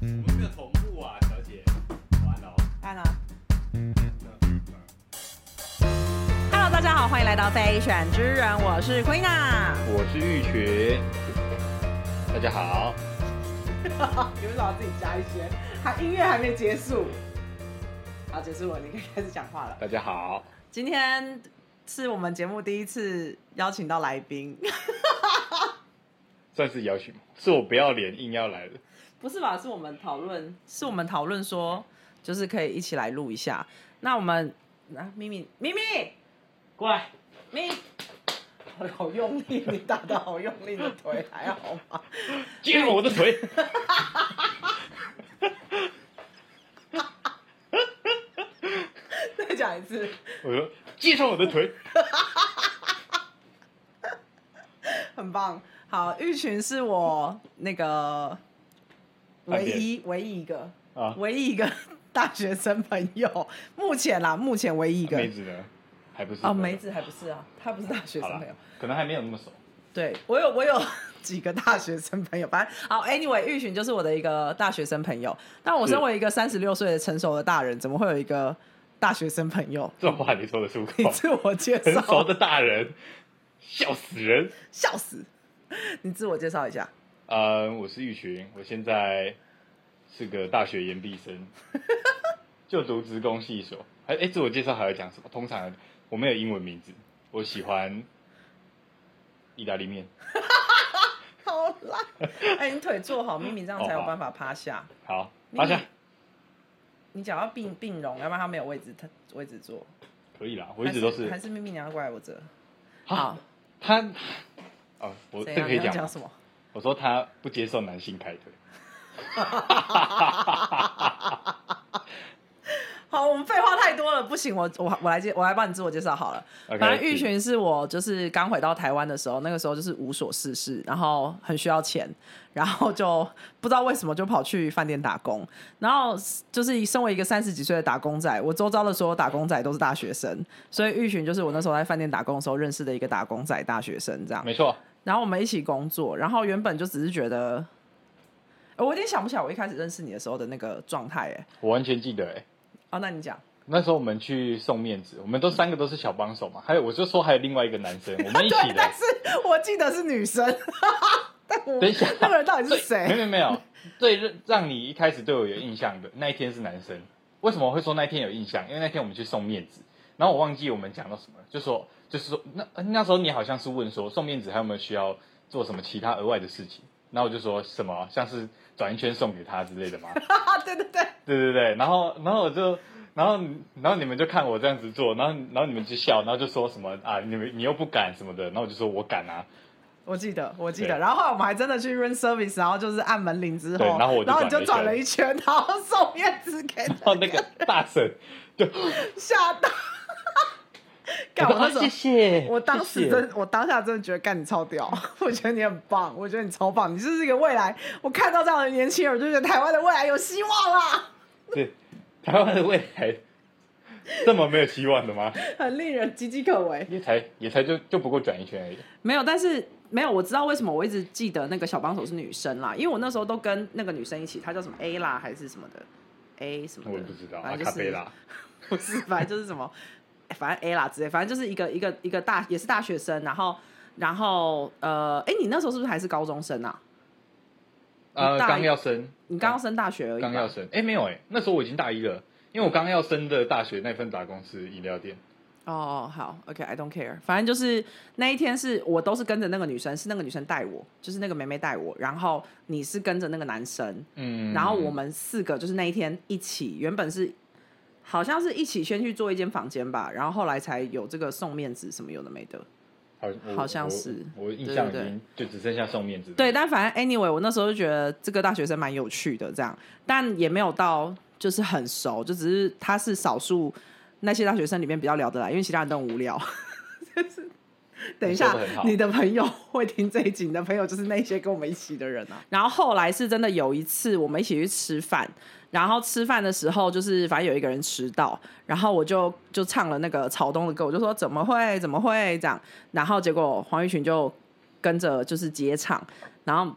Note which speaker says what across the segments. Speaker 1: 我们没有同步啊，小姐，完了哦。
Speaker 2: 看了。
Speaker 1: 嗯
Speaker 2: Hello，大家好，欢迎来到备选之人，我是 Queen a
Speaker 3: 我是玉群，大家好。
Speaker 2: 你们老自己加一些，还音乐还没结束。好，结束了，你可以开始讲话了。
Speaker 3: 大家好，
Speaker 2: 今天是我们节目第一次邀请到来宾，
Speaker 3: 算是邀请吗，是我不要脸硬要来的。
Speaker 2: 不是吧？是我们讨论，是我们讨论说，就是可以一起来录一下。那我们啊，咪咪咪咪
Speaker 3: 过来，
Speaker 2: 咪，好 好用力，你打的好用力，你腿还好吗？
Speaker 3: 接了我的腿。
Speaker 2: 再讲一次。
Speaker 3: 我说接上我的 腿。
Speaker 2: 很棒。好，玉群是我那个唯一唯一一个
Speaker 3: 啊，
Speaker 2: 唯一一个大学生朋友，目前啦，目前唯一一个
Speaker 3: 啊梅子呢？还不是
Speaker 2: 哦，梅。子还不是啊，他不是大学
Speaker 3: 好
Speaker 2: 生
Speaker 3: 了
Speaker 2: 朋友。，
Speaker 3: 可能还没有那么熟。
Speaker 2: 对我有我有几个大学生朋友，反正好，anyway，玉群就是我的一个大学生朋友。但我身为一个三十六岁的成熟的大人，怎么会有一个大学生朋友？
Speaker 3: 这种话你说得出
Speaker 2: 你
Speaker 3: 口？
Speaker 2: 自我介
Speaker 3: 很熟
Speaker 2: 绍，
Speaker 3: 的大人，笑死人。
Speaker 2: 笑死！你自我介绍一下。
Speaker 3: 呃，我是玉群，我现在是个大学研毕生，就读职工系所。哎、哎，自我介绍还要讲什么？通常我没有英文名字，我喜欢意大利面。
Speaker 2: 好啦，哎、你腿坐好，咪咪这样才有办法趴下。
Speaker 3: 好，
Speaker 2: 你
Speaker 3: 趴下，
Speaker 2: 你脚要并并拢，要不然他没有位置，他位置坐。
Speaker 3: 可以啦，我一直都是
Speaker 2: 还是咪咪你要过来我这。
Speaker 3: 啊
Speaker 2: 好，
Speaker 3: 他哦，我
Speaker 2: 怎
Speaker 3: 这个
Speaker 2: 样
Speaker 3: 可以
Speaker 2: 你要
Speaker 3: 讲
Speaker 2: 讲
Speaker 3: 吗，
Speaker 2: 什么？
Speaker 3: 我说他不接受男性开腿，
Speaker 2: 好，我们废话太多了，不行，我我我来介，我来帮你自我介绍好了。
Speaker 3: OK，
Speaker 2: 反正啊玉
Speaker 3: 请
Speaker 2: 群是我就是刚回到台湾的时候，那个时候就是无所事事，然后很需要钱，然后就不知道为什么就跑去饭店打工。然后就是身为一个三十几岁的打工仔，我周遭的所有打工仔都是大学生，所以玉群就是我那时候在饭店打工的时候认识的一个打工仔大学生这样。
Speaker 3: 没错，
Speaker 2: 然后我们一起工作，然后原本就只是觉得，呃我有点想不起来我一开始认识你的时候的那个状态哎。
Speaker 3: 我完全记得哎、
Speaker 2: 哦，那你讲，
Speaker 3: 那时候我们去送面子，我们都三个都是小帮手嘛，还有我就说还有另外一个男生，我们一起
Speaker 2: 对，但
Speaker 3: 的。
Speaker 2: 是我记得是女生， 但我
Speaker 3: 等一下
Speaker 2: 那个人到底是
Speaker 3: 没有没
Speaker 2: 谁？
Speaker 3: 有没有，最让让你一开始对我有印象的那一天是男生。为什么会说那一天有印象？因为那天我们去送面子，然后我忘记我们讲到什么了，就说就是说那那时候你好像是问说送面子还有没有需要做什么其他额外的事情，然后我就说什么啊像是转一圈送给他之类的 嘛。
Speaker 2: 对对对，
Speaker 3: 对对对，然后然后我就，然后然后你们就看我这样子做，然后然后你们就笑，然后就说什么啊，你们你又不敢什么的，然后我就说我敢啊，
Speaker 2: 我记得我记得。
Speaker 3: 对
Speaker 2: 然后后来我们还真的去 room service，然后就是按门铃之后，
Speaker 3: 对然后我就
Speaker 2: 你就转
Speaker 3: 转
Speaker 2: 了
Speaker 3: 了
Speaker 2: 一
Speaker 3: 一哦
Speaker 2: 圈，然后送面子给
Speaker 3: 然后那个大婶就，
Speaker 2: 吓 到。干我
Speaker 3: 说
Speaker 2: 那
Speaker 3: 啊
Speaker 2: 时候
Speaker 3: 谢谢，
Speaker 2: 我当
Speaker 3: 谢
Speaker 2: 时
Speaker 3: 谢
Speaker 2: 真，我当下真的觉得干你超屌， 我觉得你很棒，我觉得你超棒，你就是一个未来。我看到这样的年轻人，我就觉得台湾的未来有希望啊啦，
Speaker 3: 对台湾的未来这么没有希望的吗？
Speaker 2: 很令人岌岌可危。
Speaker 3: 也才也才就就不过转一圈而已，
Speaker 2: 没有，但是没有，我知道为什么我一直记得那个小帮手是女生啦，因为我那时候都跟那个女生一起，她叫什么 A 啦还是什么的 A 什么
Speaker 3: 我
Speaker 2: 的，
Speaker 3: 也不知道啊阿
Speaker 2: 反正
Speaker 3: 卡
Speaker 2: 就是
Speaker 3: 贝拉，
Speaker 2: 不是，反正就是什么，反正 A 啦之类，反正就是一个一个一个大也是大学生，然后然后呃，哎，你那时候是不是还是高中生啊？
Speaker 3: 呃，
Speaker 2: 大一
Speaker 3: 刚要升，
Speaker 2: 你刚刚升大学而已吧，
Speaker 3: 刚要升，哎没有哎，那时候我已经大一了，因为我刚要升的大学那份打工是饮料店，
Speaker 2: 哦，好，OK，I、don't care。反正就是那一天是我都是跟着那个女生，是那个女生带我，就是那个妹妹带我，然后你是跟着那个男生，
Speaker 3: 嗯，
Speaker 2: 然后我们四个就是那一天一起，原本是好像是一起先去做一间房间吧，然后后来才有这个送面子什么有的没的。
Speaker 3: 好，我
Speaker 2: 好像
Speaker 3: 我
Speaker 2: 是
Speaker 3: 我印象已
Speaker 2: 对对
Speaker 3: 经就只剩下送面子。
Speaker 2: 对，但反正 anyway，我那时候就觉得这个大学生蛮有趣的，这样，但也没有到就是很熟，就只是他是少数那些大学生里面比较聊得来，因为其他人都很无聊。 就是等一
Speaker 3: 你说
Speaker 2: 下
Speaker 3: 得很，好
Speaker 2: 你的朋友会听这一集，你的朋友就是那些跟我们一起的人啊。然后后来是真的有一次，我们一起去吃饭，然后吃饭的时候，就是反正有一个人迟到，然后我就就唱了那个草东的歌，我就说怎么会怎么会这样，然后结果黄玉群就跟着就是接唱，然后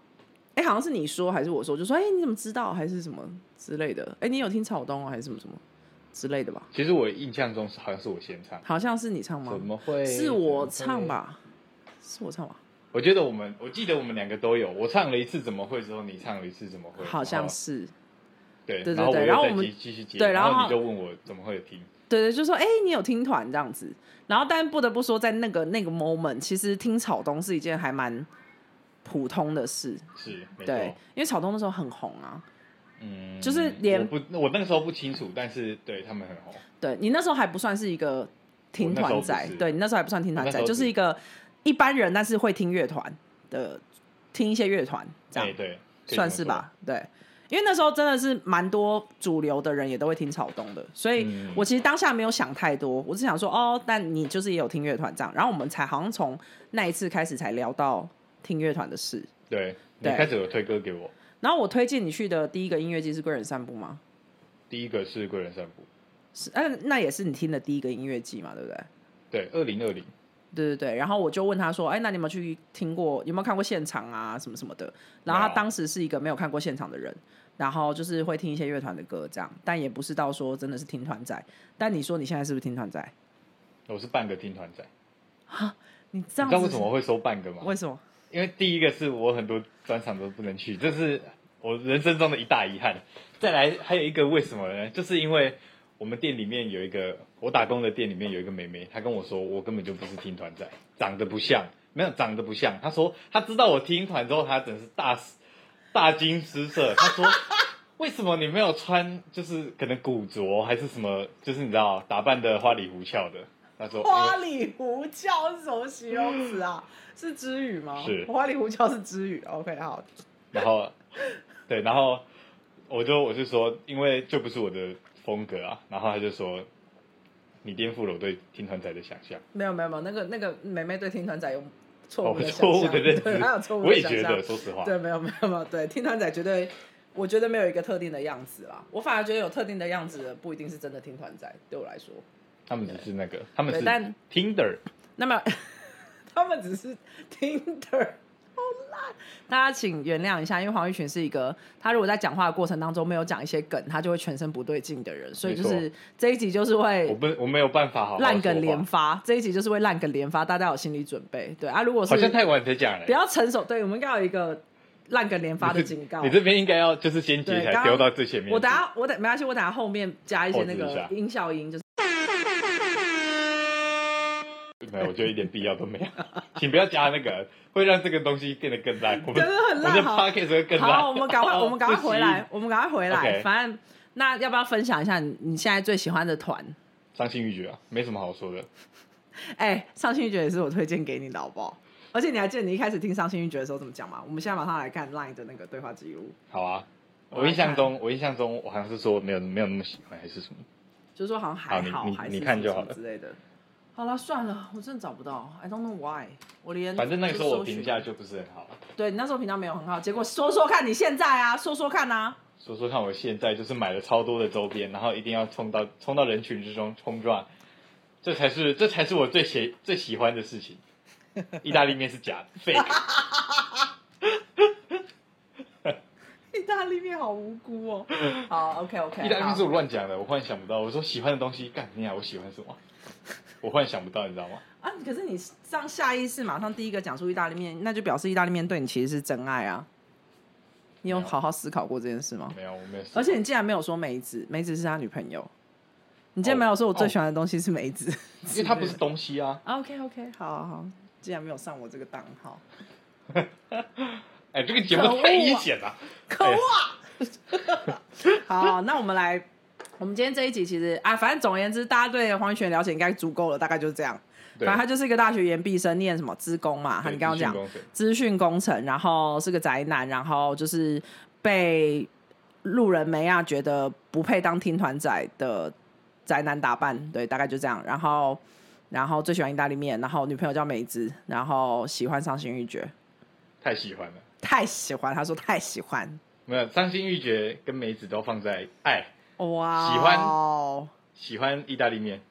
Speaker 2: 哎、好像是你说还是我说，就说哎、你怎么知道还是什么之类的？哎、你有听草东、啊、还是什么什么之类的吧？
Speaker 3: 其实我印象中是好像是我先唱，
Speaker 2: 好像是你唱吗？
Speaker 3: 怎么会
Speaker 2: 是我唱？吧？是我唱吧？
Speaker 3: 我觉得我们，我记得我们两个都有，我唱了一次怎么会之后，你唱了一次怎么会，哦
Speaker 2: 好像
Speaker 3: 然后
Speaker 2: 是。
Speaker 3: 对
Speaker 2: 对对
Speaker 3: 然后我
Speaker 2: 对
Speaker 3: 又
Speaker 2: 然后
Speaker 3: 再
Speaker 2: 我们
Speaker 3: 继继续接，
Speaker 2: 对
Speaker 3: 然
Speaker 2: 然后
Speaker 3: 你就问我怎么会有听，
Speaker 2: 对对，就说哎、你有听团这样子，然后但不得不说，在那个那个 moment，其实听草东是一件还蛮普通的事，
Speaker 3: 是没错，
Speaker 2: 对，因为草东那时候很红啊，
Speaker 3: 嗯，
Speaker 2: 就是连
Speaker 3: 我不，我那个时候不清楚，但是对他们很红，
Speaker 2: 对你那时候还不算是一个听
Speaker 3: 我
Speaker 2: 团
Speaker 3: 那时
Speaker 2: 仔
Speaker 3: 候不，是
Speaker 2: 对你那时候还不算听
Speaker 3: 我
Speaker 2: 团
Speaker 3: 那
Speaker 2: 仔，
Speaker 3: 时候
Speaker 2: 就是是一个一般人，但是会听乐团的，听一些乐团这样
Speaker 3: 哎，对，可以这么
Speaker 2: 算是
Speaker 3: 说，
Speaker 2: 吧？对，因为那时候真的是蛮多主流的人也都会听草东的，所以
Speaker 3: 嗯
Speaker 2: 我其实当下没有想太多，我只想说哦，但你就是也有听乐团这样，然后我们才好像从那一次开始才聊到听乐团的事。
Speaker 3: 对，你
Speaker 2: 对
Speaker 3: 开始有推歌给我，
Speaker 2: 然后我推荐你去的第一个音乐季是贵人散步吗？
Speaker 3: 第一个是贵人散步，
Speaker 2: 是，嗯、那也是你听的第一个音乐季嘛，对不对？
Speaker 3: 对，二零二零，
Speaker 2: 对对对，然后我就问他说：“哎，那你有没有去听过？有没有看过现场啊？什么什么的？”然后
Speaker 3: 没
Speaker 2: 他
Speaker 3: 有
Speaker 2: 当时是一个没有看过现场的人，然后就是会听一些乐团的歌这样，但也不是到说真的是听团仔。但你说你现在是不是听团仔？
Speaker 3: 我是半个听团仔，
Speaker 2: 你这样
Speaker 3: 你知道
Speaker 2: 子
Speaker 3: 为什么会说半个吗？
Speaker 2: 为什么？
Speaker 3: 因为第一个是我很多专场都不能去，这是我人生中的一大遗憾。再来还有一个为什么呢？就是因为我们店里面有一个我打工的店里面有一个妹妹，她跟我说我根本就不是听团仔，长得不像，没有长得不像。她说她知道我听团之后，她真是大大惊失色。她说为什么你没有穿就是可能古着还是什么，就是你知道打扮的花里胡俏的？她说因为嗯
Speaker 2: 花里胡俏是什么形容词啊？是知语吗？
Speaker 3: 是
Speaker 2: 花里胡俏是知语。OK，好，
Speaker 3: 然后，对，然后我就我就说，因为这不是我的风格啊。然后他就说，你颠覆了我对听团仔的想象。
Speaker 2: 没有没有没有，那个那个梅梅对听团仔有错
Speaker 3: 哦
Speaker 2: 误的想象
Speaker 3: 错误的认知
Speaker 2: 对，她有错误
Speaker 3: 我
Speaker 2: 的
Speaker 3: 也
Speaker 2: 想
Speaker 3: 觉
Speaker 2: 象
Speaker 3: 得，。说实话，
Speaker 2: 对，没有没有没有，对，听团仔绝对，我觉得没有一个特定的样子啦。我反而觉得有特定的样子的不一定是真的听团仔，对我来说，
Speaker 3: 他们只是那个，他们
Speaker 2: 对
Speaker 3: 是
Speaker 2: 但
Speaker 3: Tinder，
Speaker 2: 那么他们只是 Tinder。好烂，大家请原谅一下，因为黄玉群是一个他如果在讲话的过程当中没有讲一些梗，他就会全身不对劲的人，所以就
Speaker 3: 没
Speaker 2: 是这一集就是
Speaker 3: 我
Speaker 2: 会
Speaker 3: 不我没有办法好好
Speaker 2: 烂
Speaker 3: 说
Speaker 2: 梗连
Speaker 3: 话，
Speaker 2: 发，这一集就是会烂梗连发，大家有心理准备。对啊，如果是
Speaker 3: 好像太晚才讲了
Speaker 2: 比。较成熟，对我们应该有一个烂梗连发的警告。
Speaker 3: 你这边应该要就是先截
Speaker 2: 对
Speaker 3: 起来
Speaker 2: 刚
Speaker 3: 丢到最前面去。
Speaker 2: 我等下，我等没关系，我等下后面加一些那
Speaker 3: 后置一下
Speaker 2: 个音效音，就是
Speaker 3: 没有，我觉得一点必要都没有， 请不要加那个，会让这个东西变得更烂。我们
Speaker 2: 真的很烂
Speaker 3: 我们的
Speaker 2: 好
Speaker 3: podcast 会更烂。
Speaker 2: 好，我们赶快，
Speaker 3: 哦
Speaker 2: 我们赶快
Speaker 3: 不行
Speaker 2: 回来，我们赶快回来。
Speaker 3: OK
Speaker 2: 反正那要不要分享一下你你现在最喜欢的团？
Speaker 3: 伤心欲绝啊，没什么好说的。
Speaker 2: 哎、伤心欲绝也是我推荐给你的，好不好？而且你还记得你一开始听伤心欲绝的时候怎么讲吗？我们现在马上来看 LINE 的那个对话记录，
Speaker 3: 好啊，
Speaker 2: 我
Speaker 3: 我
Speaker 2: 来
Speaker 3: 印象中，我印象中，我好像是说没有没有那么喜欢，还是什么？
Speaker 2: 就是说好像还
Speaker 3: 好你你
Speaker 2: 还是
Speaker 3: 你看就好
Speaker 2: 什么之类的。好了，算了，我真的找不到，I don't know why，我连
Speaker 3: 反正那个时候我
Speaker 2: 就搜寻
Speaker 3: 评价，就不是很好。啊
Speaker 2: 对你那时候评价没有很好，结果说说看你现在啊，说说看啊，
Speaker 3: 说说看，我现在就是买了超多的周边，然后一定要冲到冲到人群之中冲撞，这才是这才是我最喜最喜欢的事 情。意大利面是假的 fake，
Speaker 2: 意大利面好无辜哦。好，OK OK。
Speaker 3: 意大利面是我乱讲的，我忽然想不到。我说喜欢的东西，干你啊，我喜欢什么？我忽然想不到，你知道吗？
Speaker 2: 啊，可是你上下意识马上第一个讲出意大利面，那就表示意大利面对你其实是真爱啊。你有
Speaker 3: 没有
Speaker 2: 好好思考过这件事吗？
Speaker 3: 没有，我没有思考。
Speaker 2: 而且你竟然没有说梅子，梅子是他女朋友。你竟然没有说我最喜欢的东西是梅子。
Speaker 3: 因为它不是东西啊。
Speaker 2: OK OK，好好好，竟然没有上我这个档号，
Speaker 3: 哎，这个节目
Speaker 2: 可恶啊
Speaker 3: 太阴险了。
Speaker 2: 可恶啊！好，那我们来，我们今天这一集其实啊，反正总而言之，大家对黄宇轩了解应该足够了，大概就是这样。
Speaker 3: 哎对
Speaker 2: 反正他就是一个大学研毕生，念什么资工嘛，啊他你刚刚讲
Speaker 3: 对资讯工程
Speaker 2: 资讯工程，然后是个宅男，然后就是被路人梅亚觉得不配当听团仔的宅男打扮，对，大概就这样。然后，然后最喜欢意大利面，然后女朋友叫美子，然后喜欢伤心欲绝，
Speaker 3: 太喜欢了。
Speaker 2: 太喜欢，他说太喜欢，
Speaker 3: 没有，伤心欲绝跟梅子都放在爱，
Speaker 2: 哇，
Speaker 3: 喜欢喜欢意大利面，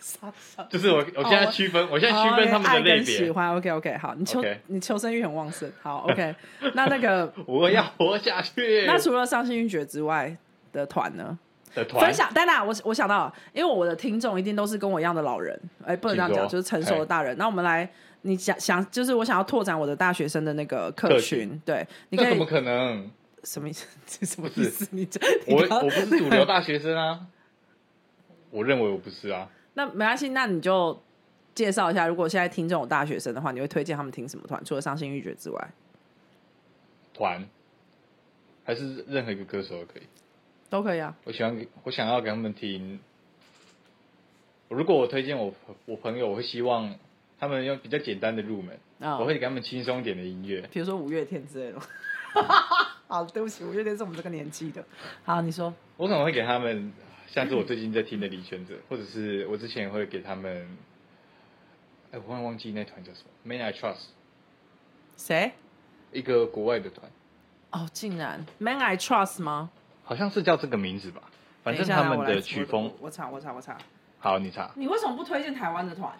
Speaker 2: 傻笑
Speaker 3: 就是我我现在区分，我现在区 分他们的类
Speaker 2: 哦爱跟喜
Speaker 3: 别。
Speaker 2: 欢，OK OK，好，你求
Speaker 3: OK
Speaker 2: 你求生欲很旺盛，好 OK。那 那个，
Speaker 3: 我要活下去。
Speaker 2: 那除了伤心欲绝之外的团呢？
Speaker 3: 的团
Speaker 2: 分享，当然我我想到了，因为我的听众一定都是跟我一样的老人，哎、不能这样
Speaker 3: 请
Speaker 2: 讲，
Speaker 3: 说
Speaker 2: 就是成熟的大人。那我们来，你想想，就是我想要拓展我的大学生的那个客
Speaker 3: 客
Speaker 2: 群，对，你可
Speaker 3: 这怎么
Speaker 2: 以
Speaker 3: 可能？
Speaker 2: 什么意思？这什么
Speaker 3: 不
Speaker 2: 意
Speaker 3: 是
Speaker 2: 思？你这 你
Speaker 3: 我
Speaker 2: 刚
Speaker 3: 我不是主流大学生啊，我认为我不是啊。
Speaker 2: 那没关系，那你就介绍一下，如果现在听众有大学生的话，你会推荐他们听什么团？除了伤心欲绝之外，
Speaker 3: 团还是任何一个歌手都可以。
Speaker 2: 都可以啊。
Speaker 3: 我喜欢给，我想要给他们听。如果我推荐我我朋友，我会希望他们用比较简单的入门，
Speaker 2: 啊、
Speaker 3: 我会给他们轻松一点的音乐。
Speaker 2: 比如说五月天之类 的吗。好，对不起，五月天是我们这个年纪的。好，你说
Speaker 3: 我可能会给他们，像是我最近在听的李泉哲，或者是我之前会给他们，哎，我忽然忘记那团叫什么，Man I Trust，
Speaker 2: 谁？
Speaker 3: 一个国外的团，
Speaker 2: 哦，竟然 Man I Trust 吗？
Speaker 3: 好像是叫这个名字吧。反
Speaker 2: 等
Speaker 3: 正
Speaker 2: 一下
Speaker 3: 他
Speaker 2: 啊
Speaker 3: 们
Speaker 2: 我来
Speaker 3: 的曲风，
Speaker 2: 我我查，我查，我查。
Speaker 3: 好，你查。
Speaker 2: 你为什么不推荐台湾的团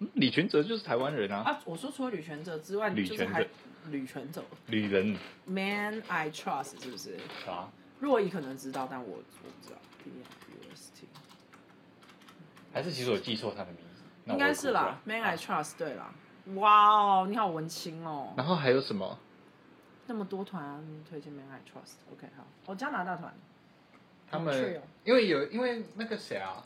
Speaker 3: 嗯李泉哲就是台湾人啊，
Speaker 2: 啊？我说除了吕全者之外，
Speaker 3: 吕
Speaker 2: 就是
Speaker 3: 全
Speaker 2: 还
Speaker 3: 哲
Speaker 2: 吕全者
Speaker 3: 旅人
Speaker 2: Man I Trust 是不是？
Speaker 3: 啊，
Speaker 2: 若仪可能知道，但我我不知道。P M U S T
Speaker 3: 哦还是其实我记错他的名字，那
Speaker 2: 应
Speaker 3: 我
Speaker 2: 该
Speaker 3: 会
Speaker 2: 是
Speaker 3: 哭
Speaker 2: 啦
Speaker 3: 啊
Speaker 2: ，Man I Trust 对啦。哇哦，你好文青哦！
Speaker 3: 啊然后还有什么？
Speaker 2: 那么多团啊，你推荐 Man I Trust。OK，好，我加拿大团。
Speaker 3: 他
Speaker 2: 有趣
Speaker 3: 们
Speaker 2: 哦
Speaker 3: 因为有因为那个谁啊，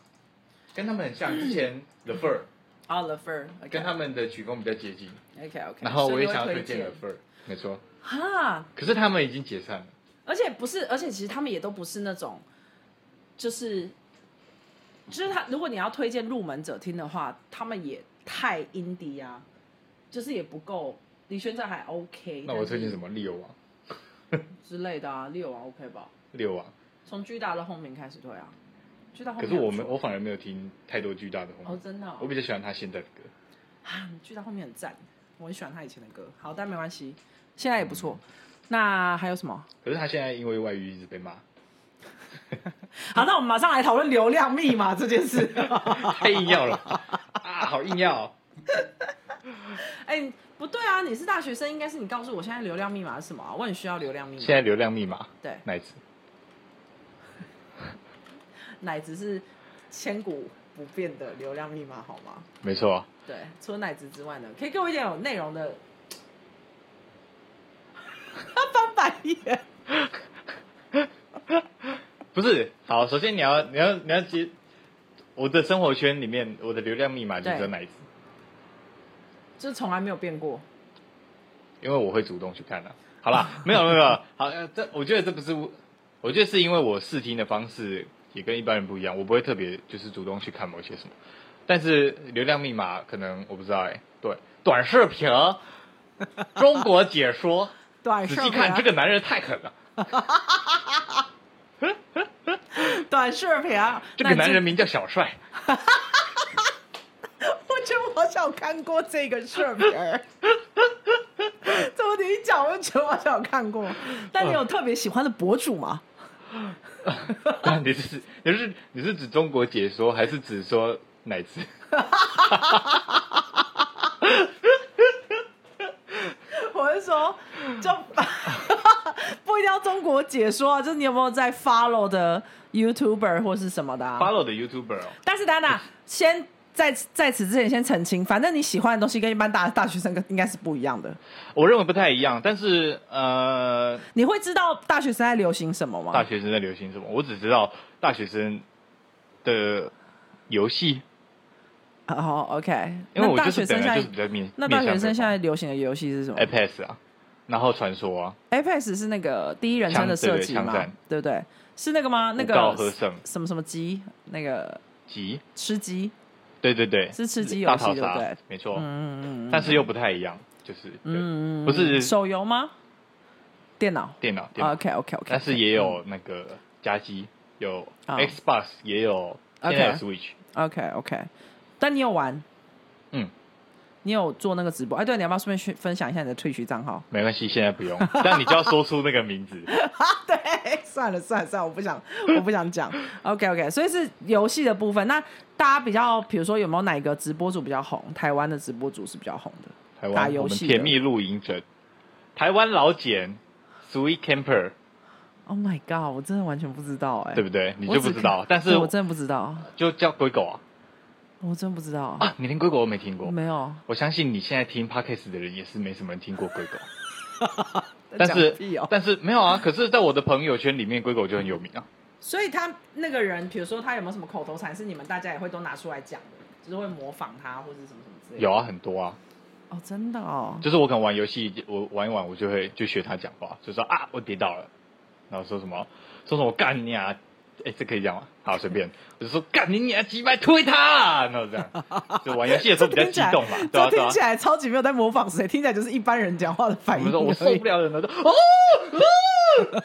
Speaker 3: 跟他们很像，之前 The Fur
Speaker 2: 啊 l e f e r
Speaker 3: 跟他们的曲风比较接近，
Speaker 2: OK OK，
Speaker 3: 然后我也想要推
Speaker 2: 推
Speaker 3: 荐 The
Speaker 2: 荐
Speaker 3: Fur，没错。
Speaker 2: 哈，
Speaker 3: 可是他们已经解散了，
Speaker 2: 而且不是，而且其实他们也都不是那种，就是就是他，如果你要推荐入门者听的话，他们也太 indie 啊，就是也不够。李轩这还 OK，
Speaker 3: 那我推荐什
Speaker 2: 么
Speaker 3: 么？六王，
Speaker 2: 之类的啊？六王 OK 吧？
Speaker 3: 六王。
Speaker 2: 从巨大的轰鸣开始推啊，巨大轰
Speaker 3: 可
Speaker 2: 鸣
Speaker 3: 是我
Speaker 2: 还
Speaker 3: 们
Speaker 2: 不
Speaker 3: 我
Speaker 2: 错
Speaker 3: 反而没有听太多巨大的
Speaker 2: 哦
Speaker 3: 红，
Speaker 2: 真的哦、
Speaker 3: 我比较喜欢他现在的歌。
Speaker 2: 啊，巨大后面很赞，我很喜欢他以前的歌。好，但没关系，现在也不错。
Speaker 3: 嗯
Speaker 2: 那还有什么？
Speaker 3: 可是他现在因为外遇一直被 骂，
Speaker 2: 好，那我们马上来讨论流量密码这件事。
Speaker 3: 太硬要了 啊，好硬要哦。
Speaker 2: 哎、不对啊，你是大学生，应该是你告诉我现在流量密码是什么啊？我很需要流量密
Speaker 3: 现
Speaker 2: 码。
Speaker 3: 在流量密码
Speaker 2: 对，
Speaker 3: 那一次，
Speaker 2: 奶子是千古不变的流量密码，好吗？
Speaker 3: 没错。
Speaker 2: 对，除了奶子之外呢，可以给我一点有内容的。 翻白眼。
Speaker 3: 不是，好，首先你要你要你要接我的生活圈里面，我的流量密码就只有
Speaker 2: 对
Speaker 3: 那一次，
Speaker 2: 就是从来没有变过，
Speaker 3: 因为我会主动去看的、啊好啦， 没有没有，好，呃这我觉得这不是，我觉得是因为我试听的方式也跟一般人不一样，我不会特别就是主动去看某些什么，但是流量密码可能我不知道哎、对，短视频，中国解说，
Speaker 2: 短
Speaker 3: 仔
Speaker 2: 视
Speaker 3: 细
Speaker 2: 频
Speaker 3: 看
Speaker 2: 啊
Speaker 3: 这，个男人太狠了，
Speaker 2: 短视频啊，
Speaker 3: 这个
Speaker 2: 奶子
Speaker 3: 男人名叫小帅，
Speaker 2: 我觉得我好像有看过这个视频儿。 怎么你一讲，我就觉得我好像有看过。但
Speaker 3: 嗯
Speaker 2: 你有特别喜欢的博主吗？
Speaker 3: 你是你是你是指中国解说还是指说哪次？
Speaker 2: 我是说，就不一定要中国解说啊，就是你有没有在 follow 的 YouTuber 或是什么的、啊？
Speaker 3: follow 的 YouTuber 哦，
Speaker 2: 但是丹娜先在在此之前先澄清，反正你喜欢的东西跟一般大大学生跟应该是不一样的。
Speaker 3: 我认为不太一样，但是呃，
Speaker 2: 你会知道大学生在流行什么吗
Speaker 3: 大？学生在流行什么？我只知道大学生的游戏，
Speaker 2: 哦、o k
Speaker 3: 因为我就
Speaker 2: 那大
Speaker 3: 是
Speaker 2: 学
Speaker 3: 本
Speaker 2: 生现
Speaker 3: 来
Speaker 2: 在
Speaker 3: 就是比较面，
Speaker 2: 那大学生现
Speaker 3: 面
Speaker 2: 在流行的游戏是什么
Speaker 3: 向这方 Apex 啊，然后传说啊，
Speaker 2: ？Apex 是那个第一人称的
Speaker 3: 枪对
Speaker 2: 射
Speaker 3: 对
Speaker 2: 击
Speaker 3: 枪
Speaker 2: 嘛
Speaker 3: 战，
Speaker 2: 对不对？是那个吗？那
Speaker 3: 五告和
Speaker 2: 个
Speaker 3: 胜
Speaker 2: 什么什么鸡，那个
Speaker 3: 集，
Speaker 2: 吃鸡，
Speaker 3: 对对对，
Speaker 2: 是吃鸡游
Speaker 3: 大
Speaker 2: 戏
Speaker 3: 逃
Speaker 2: 对不
Speaker 3: 杀
Speaker 2: 对，
Speaker 3: 没错，
Speaker 2: 嗯嗯嗯
Speaker 3: 但是又不太一样，就是对
Speaker 2: 嗯，嗯嗯
Speaker 3: 不是
Speaker 2: 手游吗？电脑啊
Speaker 3: 电脑电脑，
Speaker 2: ？OK OK OK，
Speaker 3: 但是也有那个夹击，有
Speaker 2: 嗯啊
Speaker 3: Xbox，也有现在有
Speaker 2: OK
Speaker 3: Switch，
Speaker 2: OK OK，但你有玩？
Speaker 3: 嗯，
Speaker 2: 你有做那个直播？哎，对，你要不要顺便去分享一下你的退学账号？
Speaker 3: 没关系，现在不用。但你就要说出那个名字。
Speaker 2: 对，算了算了算了，我不 想，我不想讲。OK OK，所以是游戏的部分。那大家比较，比如说有没有哪个直播主比较红？台湾的直播主是比较红的。
Speaker 3: 台
Speaker 2: 打
Speaker 3: 湾
Speaker 2: 游
Speaker 3: 我们
Speaker 2: 戏的
Speaker 3: 甜蜜露营者，台湾老简，Sweet Camper，
Speaker 2: Oh my god！我真的完全不知道哎、
Speaker 3: 对不对？你
Speaker 2: 我
Speaker 3: 就
Speaker 2: 只
Speaker 3: 不知道
Speaker 2: 看，
Speaker 3: 但是
Speaker 2: 对我真的不知道，
Speaker 3: 就叫龟狗啊
Speaker 2: 我真的不知道，
Speaker 3: 啊！你连龟狗都没听过，
Speaker 2: 没有。
Speaker 3: 我相信你现在听 Podcast 的人也是没什么人听过龟 狗，但
Speaker 2: 在
Speaker 3: 是
Speaker 2: 讲屁哦、
Speaker 3: 但是没有啊。可是，在我的朋友圈里面，龟狗就很有名啊。
Speaker 2: 所以他那个人，比如说他有没有什么口头禅，是你们大家也会都拿出来讲的，就是会模仿他或者什么什么之类的。
Speaker 3: 有啊，很多啊。
Speaker 2: 哦，真的哦，
Speaker 3: 就是我可能玩游戏，我玩一玩，我就会就学他讲话，就说啊，我跌倒了，然后说什么说什么干你啊，哎，这可以讲吗？好，随便，我就说干你你啊，击败推他啊，然后这样，就玩游戏的时候比较激动嘛，对吧、
Speaker 2: 这
Speaker 3: 啊？对
Speaker 2: 听
Speaker 3: 吧、
Speaker 2: 起来超级没有在模仿谁，听起来就是一般人讲话的
Speaker 3: 我
Speaker 2: 反应啊
Speaker 3: 们
Speaker 2: 而已。
Speaker 3: 说 我受不了人了，就哦哦，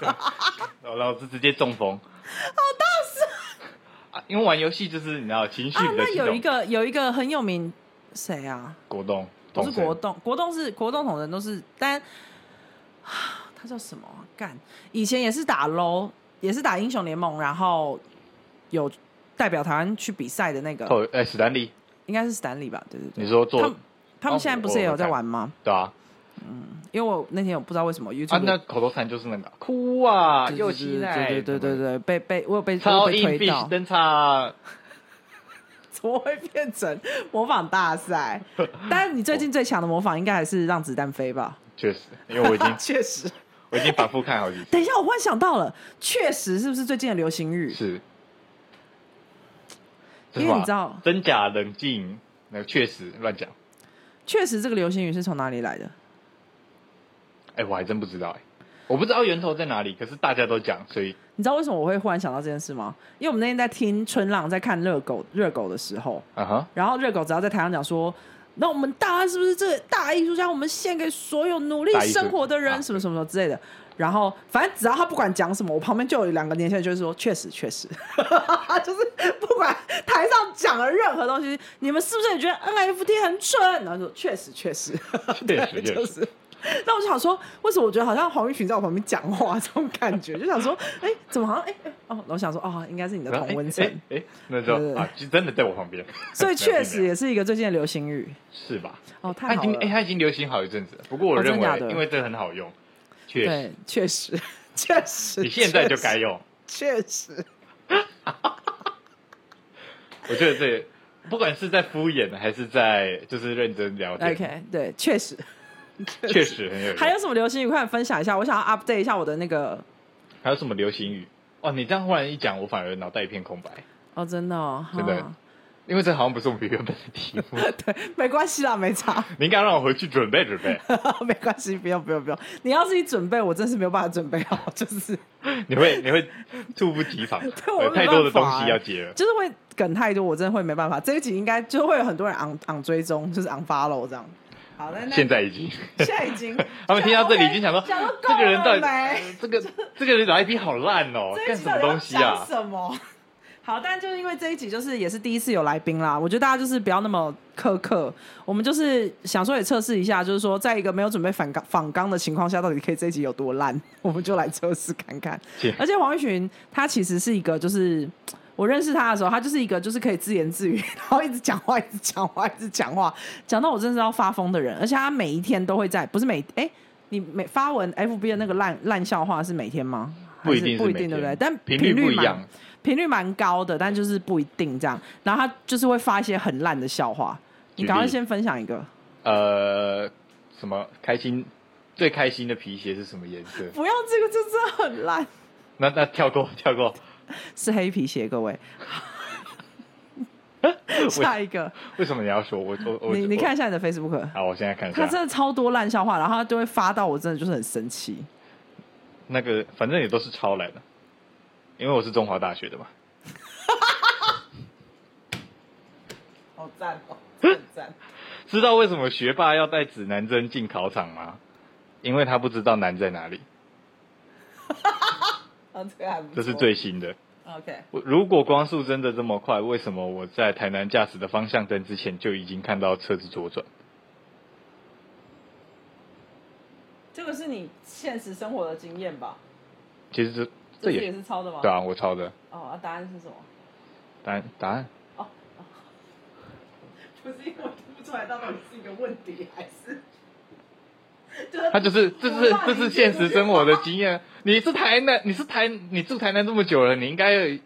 Speaker 3: 然后然后就直接中风，好 大声啊！因为玩游戏就是你知道情绪
Speaker 2: 啊
Speaker 3: 比较
Speaker 2: 那
Speaker 3: 激
Speaker 2: 有一
Speaker 3: 动，
Speaker 2: 个有一个很有名，谁啊？
Speaker 3: 国栋，
Speaker 2: 不是
Speaker 3: 动身
Speaker 2: 国栋，国栋是国栋同人都是，但啊他叫什么啊、干，以前也是打 LO，也是打英雄联盟，然后有代表台湾去比赛的那个，
Speaker 3: 哦，哎，史丹利，
Speaker 2: 应该是斯坦利吧？对对对。
Speaker 3: 你说
Speaker 2: 他
Speaker 3: 做
Speaker 2: 们他们现在不是也有在
Speaker 3: 哦我
Speaker 2: 玩吗？
Speaker 3: 对啊，
Speaker 2: 因为我那天我不知道为什么
Speaker 3: 啊
Speaker 2: YouTube，、，
Speaker 3: 那口头禅就是那个哭啊，
Speaker 2: 对
Speaker 3: 又吸奶，
Speaker 2: 对对对对对，被被我有被我有
Speaker 3: 超
Speaker 2: 被
Speaker 3: in
Speaker 2: 推
Speaker 3: fish
Speaker 2: 到，
Speaker 3: 灯叉，
Speaker 2: 怎么会变成模仿 大赛？但你最近最强的模仿应该还是让子弹飞吧？
Speaker 3: 确实，因为我已经
Speaker 2: 确实，
Speaker 3: 我已经反复看好几次，
Speaker 2: 等一下我忽然想到了，确实是不是最近的流行语？
Speaker 3: 是，
Speaker 2: 因为你知道
Speaker 3: 真假冷静，那确实乱讲，
Speaker 2: 确实这个流行语是从哪里来的？
Speaker 3: 哎，我还真不知道哎，我不知道源头在哪里，可是大家都讲，所以
Speaker 2: 你知道为什么我会忽然想到这件事吗？因为我们那天在听春浪在看热狗热狗的时候，
Speaker 3: 啊哈，
Speaker 2: 然后热狗只要在台上讲说，那我们大家是不是这个大艺术家？我们献给所有努力
Speaker 3: 大艺术
Speaker 2: 生活的
Speaker 3: 啊
Speaker 2: 人，什么什么什么之类的。然后反正只要他不管讲什么，我旁边就有两个年轻人就会说，确实确实， 就是不管台上讲了任何东西，你们是不是也觉得 NFT 很蠢？然后说确实确实，
Speaker 3: 确实确
Speaker 2: 就
Speaker 3: 实，
Speaker 2: 是。那我就想说，为什么我觉得好像黄玉群在我旁边讲话这种感觉？就 想说，哎、怎么好像哎、哎哦？然后想说，哦，应该是你的
Speaker 3: 然后
Speaker 2: 同温层。
Speaker 3: 哎哎，哎那
Speaker 2: 对对
Speaker 3: 就
Speaker 2: 对
Speaker 3: 啊，就真的在我旁边，
Speaker 2: 所以确
Speaker 3: 没有
Speaker 2: 实
Speaker 3: 没有
Speaker 2: 也是一个最近的流行语
Speaker 3: 是吧？
Speaker 2: 哦，太
Speaker 3: 它已
Speaker 2: 好
Speaker 3: 经
Speaker 2: 了。
Speaker 3: 哎，它已经流行好一阵子了，不过我
Speaker 2: 哦真
Speaker 3: 认
Speaker 2: 的假的
Speaker 3: 为，因为这个很好用，确实，
Speaker 2: 对，确实， 确实，
Speaker 3: 你现在就该用。
Speaker 2: 确实，
Speaker 3: 我觉得这不管是在敷衍还是在就是认真聊
Speaker 2: 确实
Speaker 3: 天
Speaker 2: ，OK，对，确实。
Speaker 3: 确实很有用。
Speaker 2: 还有什么流行语？快点分享一下，我想要 update 一下我的那个
Speaker 3: 还有什么流行语？哦，你这样忽然一讲，我反而脑袋一片空白，
Speaker 2: 哦，真的、哦，
Speaker 3: 真的
Speaker 2: 哈
Speaker 3: 因为这好像不是我们原本的题目。
Speaker 2: 对， 没关系啦，没差，
Speaker 3: 你应该让我回去准备准备。
Speaker 2: 没关系，不用，不用，不用。你要是一准备，我真是没有办法准备好， 就是
Speaker 3: 你会你会猝不及防，
Speaker 2: 我
Speaker 3: 有
Speaker 2: 没
Speaker 3: 太多的
Speaker 2: 办
Speaker 3: 东
Speaker 2: 法
Speaker 3: 西
Speaker 2: 欸
Speaker 3: 要接了。
Speaker 2: 就是会梗太多，我真的会没办法。这一集应该就会有很多人昂昂追踪，就是昂 follow 这样。好的，那
Speaker 3: 现在已经，
Speaker 2: 现在已经，
Speaker 3: 他们听到这里已
Speaker 2: OK，
Speaker 3: 经想说，
Speaker 2: 想说
Speaker 3: 这个人
Speaker 2: 够
Speaker 3: 到
Speaker 2: 了
Speaker 3: 底、
Speaker 2: 没
Speaker 3: 呃这个这个人 IP 好烂哦、
Speaker 2: 这一
Speaker 3: 干
Speaker 2: 集
Speaker 3: 什么
Speaker 2: 到底要
Speaker 3: 东西
Speaker 2: 讲
Speaker 3: 啊？
Speaker 2: 什么？ 好，但就是因为这一集就是也是第一次有来宾啦，我觉得大家就是不要那么苛刻，我们就是想说也测试一下，就是说在一个没有准备反纲反纲的情况下，到底可以这一集有多烂，我们就来测试看看
Speaker 3: 是。
Speaker 2: 而且黄玉群他其实是一个就是。我认识他的时候，他就是一个就是可以自言自语， 然后一直讲话，一直讲话，一直讲话，讲到我真是要发疯的人。而且他每一天都会在，不是每哎、你每发文 FB 的那个烂烂笑话是每天吗？还
Speaker 3: 不一
Speaker 2: 是
Speaker 3: 定是
Speaker 2: 不一
Speaker 3: 每
Speaker 2: 定，对不
Speaker 3: 天
Speaker 2: 对？但
Speaker 3: 频率不一
Speaker 2: 蛮
Speaker 3: 样，
Speaker 2: 频率蛮高的，但就是不一定这样。然后他就是会发一些很烂的笑话，你
Speaker 3: 举
Speaker 2: 赶快
Speaker 3: 例
Speaker 2: 先分享一个，
Speaker 3: 呃，什么开心？最开心的皮鞋是什么颜色？
Speaker 2: 不要这个，就真的很烂，
Speaker 3: 那那跳过跳 过，
Speaker 2: 是黑皮鞋，各位。下一个，
Speaker 3: 为什么你要说？我我我
Speaker 2: 你你
Speaker 3: 我
Speaker 2: 看一下你的 Facebook，
Speaker 3: 好，我啊现在看一
Speaker 2: 他
Speaker 3: 下
Speaker 2: 真的超多烂笑话，然后他就会发到我真的就是很生气。
Speaker 3: 那个，反正也都是抄来的，因为我是中华大学的嘛。
Speaker 2: 好赞 哦，很赞。
Speaker 3: 知道为什么学霸要带指南针进考场吗？因为他不知道难在哪里。
Speaker 2: 啊，这个还不
Speaker 3: 这是最新的。
Speaker 2: OK。
Speaker 3: 我如果光速真的这么快，为什么我在台南驾驶的方向灯之前就已经看到车子左转？
Speaker 2: 这个是你现实生活的经验吧？
Speaker 3: 其实这
Speaker 2: 这
Speaker 3: 这
Speaker 2: 是也
Speaker 3: 也
Speaker 2: 是抄的吗？
Speaker 3: 对啊，我抄的。
Speaker 2: 哦，啊答案是什么？
Speaker 3: 答案答案
Speaker 2: 哦，哦 不是因为我听不出来到底是一个问题还 是，就是
Speaker 3: 他就是这是
Speaker 2: 我怕
Speaker 3: 这
Speaker 2: 你
Speaker 3: 是
Speaker 2: 接
Speaker 3: 现
Speaker 2: 不
Speaker 3: 实
Speaker 2: 接
Speaker 3: 生活的经验。你是台南，你是台，你住台南这么久了，你应该有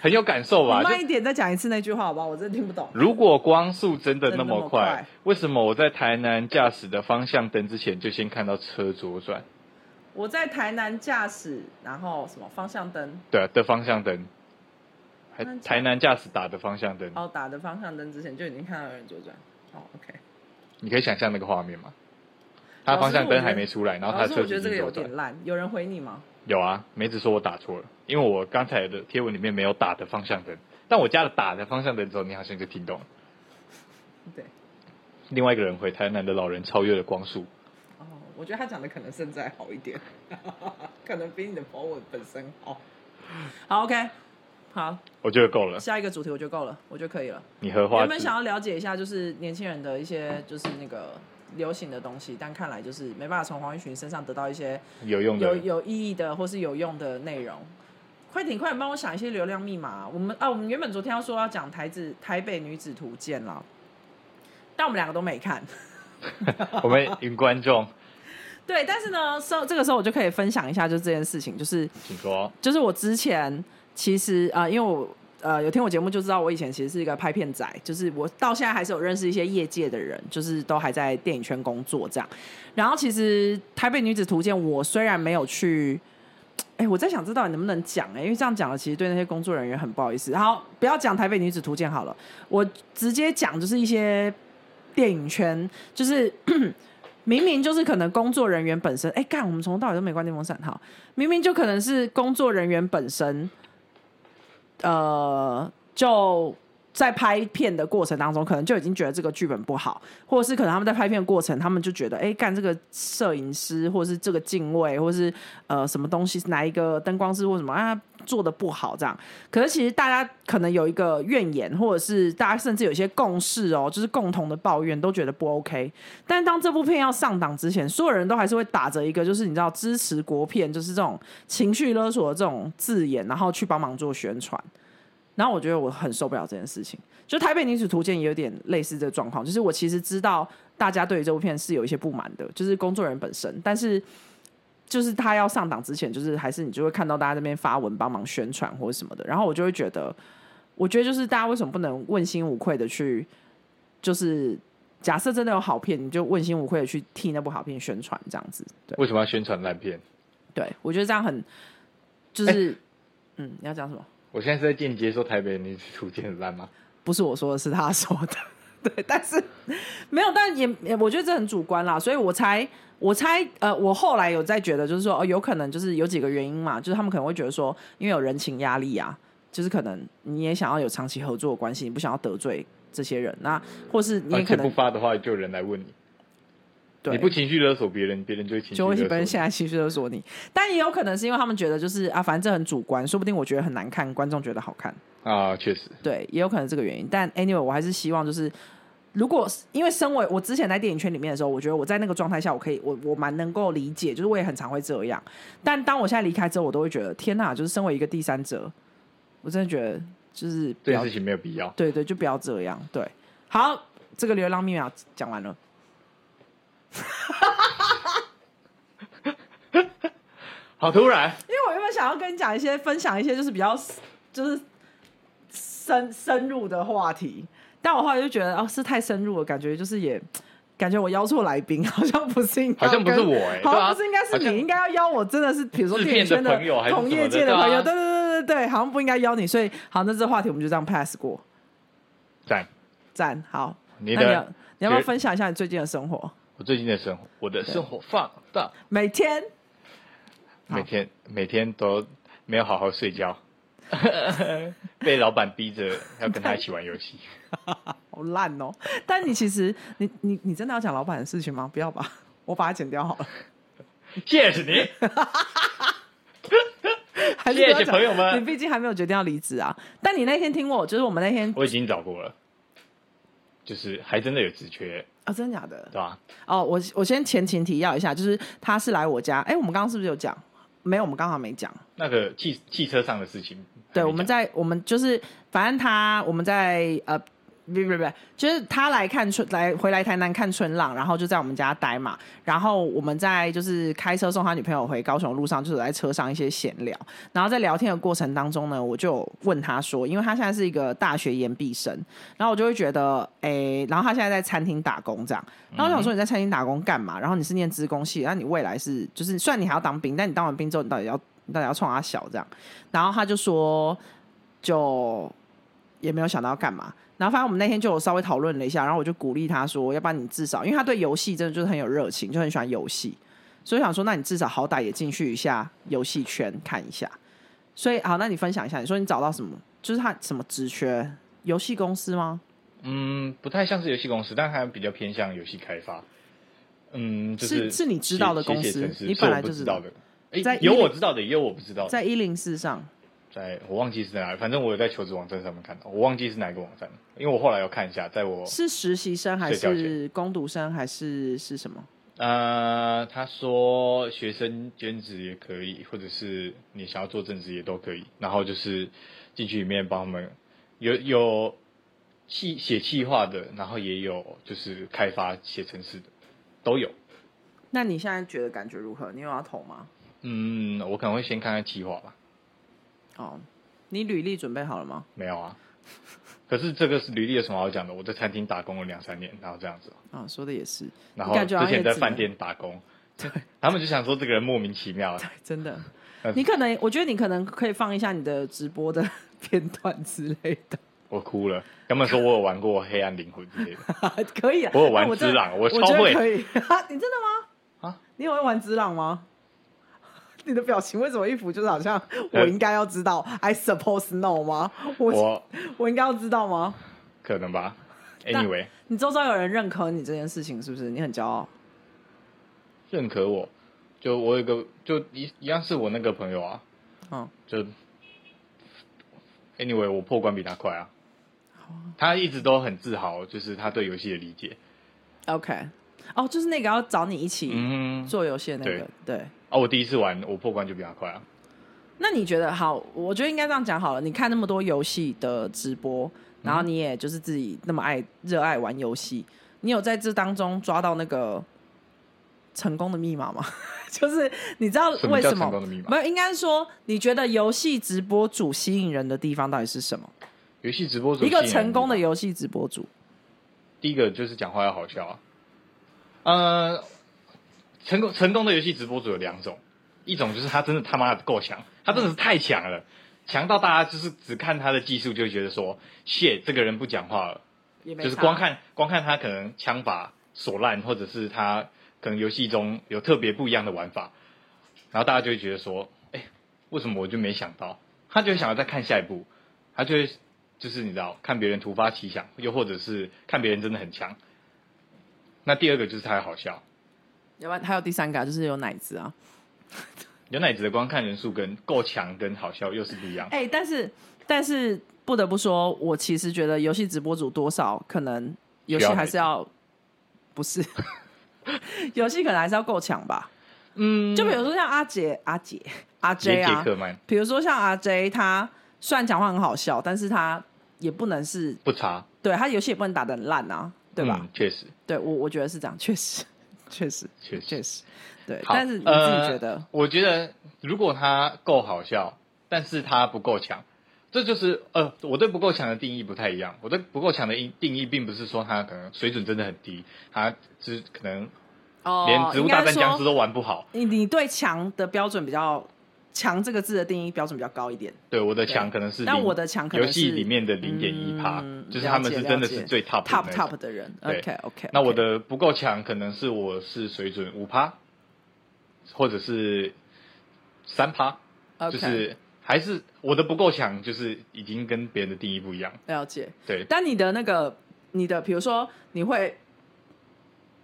Speaker 3: 很有感受吧？
Speaker 2: 你
Speaker 3: 啊就
Speaker 2: 慢一点再讲一次那句话好不好？我真的听不懂。
Speaker 3: 如果光速真的那
Speaker 2: 真的那
Speaker 3: 么
Speaker 2: 么
Speaker 3: 快，
Speaker 2: 快
Speaker 3: 为什么我在台南驾驶的方向灯之前就先看到车左转？
Speaker 2: 我在台南驾驶，然后什么方向灯，
Speaker 3: 对、啊、的方向灯，还
Speaker 2: 那哦
Speaker 3: 台南驾驶打的方向灯，
Speaker 2: 然后打的方向灯之前就已经看到有人左转。哦，OK。
Speaker 3: 你可以想象那个画面吗？他
Speaker 2: 老师
Speaker 3: 方向
Speaker 2: 我觉
Speaker 3: 灯
Speaker 2: 得
Speaker 3: 还没出来，然后
Speaker 2: 老
Speaker 3: 他
Speaker 2: 师，
Speaker 3: 车
Speaker 2: 我觉
Speaker 3: 子
Speaker 2: 得
Speaker 3: 已
Speaker 2: 哦
Speaker 3: 经
Speaker 2: 这个有
Speaker 3: 左转
Speaker 2: 点。烂。有人回你吗？
Speaker 3: 有啊，梅子说我打错了，因为我刚才的贴文里面没有打的方向灯，但我加了打的方向灯之后，你好像就听懂了。
Speaker 2: 对，
Speaker 3: 另外一个人回台南的老人超越了光速，
Speaker 2: 哦，我觉得他讲的可能甚至还好一点，可能比你的 po 文本身好。好，OK，好，
Speaker 3: 我觉得够了。
Speaker 2: 下一个主题我觉得够了，我觉得可以了。
Speaker 3: 你荷花
Speaker 2: 原本
Speaker 3: 指
Speaker 2: 想要了解一下，就是年轻人的一些就是那个流行的东西，但看来就是没办法从黄一群身上得到一些
Speaker 3: 有用
Speaker 2: 有
Speaker 3: 的，
Speaker 2: 有意义的或是有用的内容。快点，快点帮我想一些流量密码啊、我们啊，我们原本昨天要说要讲台子台北女子图鉴啦，但我们两个都没看。
Speaker 3: 我们云观众，
Speaker 2: 对，但是呢，时候这个时候我就可以分享一下，就是这件事情，就是
Speaker 3: 请说。
Speaker 2: 就是我之前其实啊、呃因为我呃有听我节目就知道，我以前其实是一个拍片仔，就是我到现在还是有认识一些业界的人，就是都还在电影圈工作这样。然后其实《台北女子图鉴》，我虽然没有去。哎、我在想这到底能不能讲哎、因为这样讲了，其实对那些工作人员很不好意思。好，不要讲《台北女子图鉴》好了，我直接讲就是一些电影圈，就是明明就是可能工作人员本身，哎、干，我们从头到尾都没关电风扇，好，明明就可能是工作人员本身，呃，就在拍片的过程当中，可能就已经觉得这个剧本不好，或者是可能他们在拍片过程，他们就觉得，哎，干这个摄影师，或者是这个敬畏，或者是呃什么东西，哪一个灯光师或什么啊做的不好这样。可是其实大家可能有一个怨言，或者是大家甚至有一些共识哦，就是共同的抱怨，都觉得不 OK。但当这部片要上档之前，所有人都还是会打着一个就是你知道支持国片，就是这种情绪勒索的这种字眼，然后去帮忙做宣传。然后我觉得我很受不了这件事情。就《台北女子图鉴》也有点类似这个状况，就是我其实知道大家对于这部片是有一些不满的，就是工作人员本身，但是就是他要上档之前，就是还是你就会看到大家这边发文帮忙宣传或者什么的，然后我就会觉得，我觉得就是大家为什么不能问心无愧的去，就是假设真的有好片，你就问心无愧的去替那部好片宣传，这样子，对
Speaker 3: 为什么要宣传烂片？
Speaker 2: 对，我觉得这样很
Speaker 3: 哎
Speaker 2: 就是、嗯，你要讲什么？
Speaker 3: 我现在是在间接说台北女子图鉴很烂吗？
Speaker 2: 不是我说的，是他说的。 对，但是没有，但也也我觉得这很主观啦，所以我才我猜呃，我后来有在觉得，就是说哦，有可能就是有几个原因嘛，就是他们可能会觉得说，因为有人情压力啊，就是可能你也想要有长期合作的关系，你不想要得罪这些人，那或是你
Speaker 3: 而
Speaker 2: 也可
Speaker 3: 且
Speaker 2: 能、
Speaker 3: 啊不发的话，就有人来问你。
Speaker 2: 对
Speaker 3: 你不情绪勒索别人，别人就会情绪
Speaker 2: 就
Speaker 3: 勒
Speaker 2: 会
Speaker 3: 索
Speaker 2: 被
Speaker 3: 你。
Speaker 2: 别人现在情绪勒索你，但也有可能是因为他们觉得就是啊，反正这很主观，说不定我觉得很难看，观众觉得好看。
Speaker 3: 啊，确实，
Speaker 2: 对，也有可能这个原因。但 anyway，我还是希望就是，如果是因为身为我之前在电影圈里面的时候，我觉得我在那个状态下，我可以，我我蛮能够理解，就是我也很常会这样。但当我现在离开之后，我都会觉得天哪，就是身为一个第三者，我真的觉得就是不
Speaker 3: 这
Speaker 2: 要
Speaker 3: 件事，情没有必要。
Speaker 2: 对对，就不要这样。对，好，这个流浪密码讲完了。
Speaker 3: 好突然，
Speaker 2: 因为我原本想要跟你讲一些分享一些就是比较就是深深入的话题，但我后来就觉得哦，是太深入了，感觉就是也感觉我邀错来宾，好像不 是应该
Speaker 3: 好
Speaker 2: 要
Speaker 3: 像
Speaker 2: 跟，
Speaker 3: 不是我哎、欸，
Speaker 2: 好
Speaker 3: 对
Speaker 2: 像
Speaker 3: 啊
Speaker 2: 不是应该是
Speaker 3: 好像
Speaker 2: 你，应该要邀我，真的是比如说
Speaker 3: 制
Speaker 2: 电影
Speaker 3: 片
Speaker 2: 圈
Speaker 3: 的朋友还是
Speaker 2: 同业界
Speaker 3: 什么的
Speaker 2: 朋友，
Speaker 3: 对
Speaker 2: 对
Speaker 3: 啊
Speaker 2: 对对对对，好像不应该邀你，所以好，那这话题我们就这样 pass 过，
Speaker 3: 赞
Speaker 2: 赞，好，
Speaker 3: 你
Speaker 2: 那你要
Speaker 3: 的。
Speaker 2: 你要不要
Speaker 3: 觉
Speaker 2: 分享一下你最近的生活？
Speaker 3: 我最近的生活，我的生活放荡，
Speaker 2: 每天好
Speaker 3: 每天每天都没有好好睡 觉，被老板逼着要跟他一起玩游戏。
Speaker 2: 好烂哦！但你其实，你你你真的要讲老板的事情吗？不要吧，我把它剪掉好了。
Speaker 3: 谢谢你，
Speaker 2: 还是
Speaker 3: 谢
Speaker 2: 不要
Speaker 3: 谢
Speaker 2: 讲
Speaker 3: 朋友们
Speaker 2: 你毕竟还没有决定要离职啊。但你那天听我，就是我们那天
Speaker 3: 我已经找过了，就是还真的有职缺，
Speaker 2: 啊、真的假的
Speaker 3: 对？吧？
Speaker 2: 哦，我我先前情提要一下，就是他是来我家，哎、我们刚刚是不是有讲？没有，我们刚好没讲。
Speaker 3: 那个汽汽车上的事情，
Speaker 2: 对，我们
Speaker 3: 在
Speaker 2: 在我们就是，反正他我们在呃，不不不，就是他来看春来回来台南看春浪，然后就在我们家待嘛，然后我们在就是开车送他女朋友回高雄路上，就是有在车上一些闲聊，然后在聊天的过程当中呢，我就有问他说，因为他现在是一个大学研毕生，然后我就会觉得，诶，然后他现在在餐厅打工这样，然后我想说你在餐厅打工干嘛？然后你是念资工系，那你未来是就是虽然你还要当兵，但你当完兵之后你到底要你到底要冲他小这样？然后他就说，就也没有想到要干嘛。然后反正我们那天就有稍微讨论了一下，然后我就鼓励他说，要不然你至少，因为他对游戏真的就是很有热情，就很喜欢游戏，所以我想说，那你至少好歹也进去一下游戏圈看一下。所以好，那你分享一下，你说你找到什么？就是他什么职缺？游戏公司吗？
Speaker 3: 嗯，不太像是游戏公司，但它比较偏向游戏开发。嗯，就是
Speaker 2: 是你知道的
Speaker 3: 写
Speaker 2: 公司
Speaker 3: 写程式
Speaker 2: 你本来
Speaker 3: 是我
Speaker 2: 就
Speaker 3: 不
Speaker 2: 知
Speaker 3: 知
Speaker 2: 道
Speaker 3: 道的。哎
Speaker 2: 在
Speaker 3: 有
Speaker 2: 一零
Speaker 3: 我知道的，也有我不知道的。
Speaker 2: 在一零四上，
Speaker 3: 在我忘记是在哪里，反正我有在求职网站上面看到，我忘记是哪一个网站了，因为我后来要看一下，在我
Speaker 2: 是实习生还
Speaker 3: 睡觉
Speaker 2: 是
Speaker 3: 前
Speaker 2: 工读生还是是什么？
Speaker 3: 呃，他说学生兼职也可以，或者是你想要做正职也都可以，然后就是进去里面帮我们有有企写企划的，然后也有就是开发写程式的都有。
Speaker 2: 那你现在觉得感觉如何？你有要投吗？
Speaker 3: 嗯，我可能会先看看企划吧，
Speaker 2: 哦，你履历准备好了吗？
Speaker 3: 没有 啊。可是这个是履历有什么好讲的？我在餐厅打工了两三年，然后这样子。
Speaker 2: 啊、说的也是，
Speaker 3: 然后
Speaker 2: 感觉好
Speaker 3: 之
Speaker 2: 像也
Speaker 3: 前在
Speaker 2: 只
Speaker 3: 饭
Speaker 2: 能
Speaker 3: 店打工，他们就想说这个人莫名其妙，
Speaker 2: 真的
Speaker 3: 呃。
Speaker 2: 你可能，我觉得你可能可以放一下你的直播的 片段之类的，
Speaker 3: 我哭了。他们说我有玩过《黑暗灵魂》之类的，
Speaker 2: 可以啊。
Speaker 3: 我有玩
Speaker 2: 那真的
Speaker 3: 只狼
Speaker 2: 我
Speaker 3: 我
Speaker 2: 觉
Speaker 3: 超
Speaker 2: 得
Speaker 3: 会
Speaker 2: 可以。 啊你真的吗？
Speaker 3: 啊，
Speaker 2: 你有会玩只狼吗？ 你的表情为什么一副就是好像我
Speaker 3: 呃
Speaker 2: 应该要知道、i suppose no 吗？ 我我
Speaker 3: 我
Speaker 2: 应该要知道吗？
Speaker 3: 可能吧。
Speaker 2: 那
Speaker 3: Anyway，
Speaker 2: 你周遭有人认可你这件事情，是不是？你很骄傲。
Speaker 3: 认可我，就我有一个就一一样是我那个朋友啊，
Speaker 2: 嗯，
Speaker 3: 就 Anyway 我破关比他快啊。
Speaker 2: 哦
Speaker 3: 他一直都很自豪，就是他对游戏的理解。
Speaker 2: OK，哦，就是那个要找你一起
Speaker 3: 嗯，
Speaker 2: 做游戏的那个，对。
Speaker 3: 哦，我第一次玩，我破关就比他快啊。
Speaker 2: 那你觉得好？我觉得应该这样讲好了。你看那么多游戏的直播，
Speaker 3: 嗯
Speaker 2: 然后你也就是自己那么爱热爱玩游戏，你有在这当中抓到那个成功的密码吗？ 就是你知道
Speaker 3: 什么
Speaker 2: 为
Speaker 3: 叫
Speaker 2: 什
Speaker 3: 成
Speaker 2: 么
Speaker 3: 功？的密码
Speaker 2: 没？有，应该是说你觉得游戏直播主吸引人的地方到底是什么？
Speaker 3: 游戏直播主
Speaker 2: 一个
Speaker 3: 吸引人
Speaker 2: 成功的
Speaker 3: 地方
Speaker 2: 游戏直播主，
Speaker 3: 第一个就是讲话要好笑啊。呃，成功成功的游戏直播主有两种，一种就是他真的他妈的够强，他真的是太强了，强到大家就是只看他的技术就会觉得说，shit，这个人不讲话了，
Speaker 2: 也没
Speaker 3: 就是
Speaker 2: 差
Speaker 3: 光看光看他可能枪法所烂，或者是他可能游戏中有特别不一样的玩法，然后大家就会觉得说，哎、为什么我就没想到？他就会想要再看下一步，他就会就是你知道看别人突发奇想，又或者是看别人真的很强。那第二个就是他好笑，
Speaker 2: 要不然还有第三个啊就是有奶子啊。
Speaker 3: 牛奶子的光看人数跟够强跟好笑又是不一样。
Speaker 2: 哎、但是但是不得不说，我其实觉得游戏直播主多少可能游戏还是要不是 游戏可能还是要够强吧。
Speaker 3: 嗯，
Speaker 2: 就比如说像阿杰、阿杰、阿
Speaker 3: 杰
Speaker 2: J
Speaker 3: 杰
Speaker 2: 啊，
Speaker 3: 克曼
Speaker 2: 比如说像阿 J，他虽然讲话很好笑，但是他也不能是
Speaker 3: 不差，
Speaker 2: 对他游戏也不能打的很烂啊，对吧？
Speaker 3: 嗯？确实，
Speaker 2: 对我我觉得是这样，确实，确实，
Speaker 3: 确实
Speaker 2: 确实，对。
Speaker 3: 好
Speaker 2: 但是你自己
Speaker 3: 呃
Speaker 2: 觉得，
Speaker 3: 我觉得如果他够好笑，但是他不够强，这就是呃，我对不够强的定义不太一样。我对不够强的定定义，并不是说他可能水准真的很低，他只可能
Speaker 2: 哦，
Speaker 3: 连《植物
Speaker 2: 应该
Speaker 3: 大战僵尸》
Speaker 2: 说
Speaker 3: 都玩不好。
Speaker 2: 你你对强的标准比较强这个字的定义标准比较高一点，
Speaker 3: 对我的强可能是零，
Speaker 2: 但我的强可能
Speaker 3: 游
Speaker 2: 是
Speaker 3: 戏里面的零点一趴
Speaker 2: 嗯，
Speaker 3: 就是他们
Speaker 2: 了
Speaker 3: 是
Speaker 2: 解
Speaker 3: 真的
Speaker 2: 了
Speaker 3: 是
Speaker 2: 解
Speaker 3: 最 top 的
Speaker 2: top
Speaker 3: 那种
Speaker 2: top 的人。
Speaker 3: 对
Speaker 2: OK OK，
Speaker 3: 那我的不够强，可能是我是水准五趴，或者是三趴，就
Speaker 2: OK，
Speaker 3: 是还是我的不够强，就是已经跟别人的定义不一样。
Speaker 2: 了解。
Speaker 3: 对，
Speaker 2: 但你的那个你的，比如说你会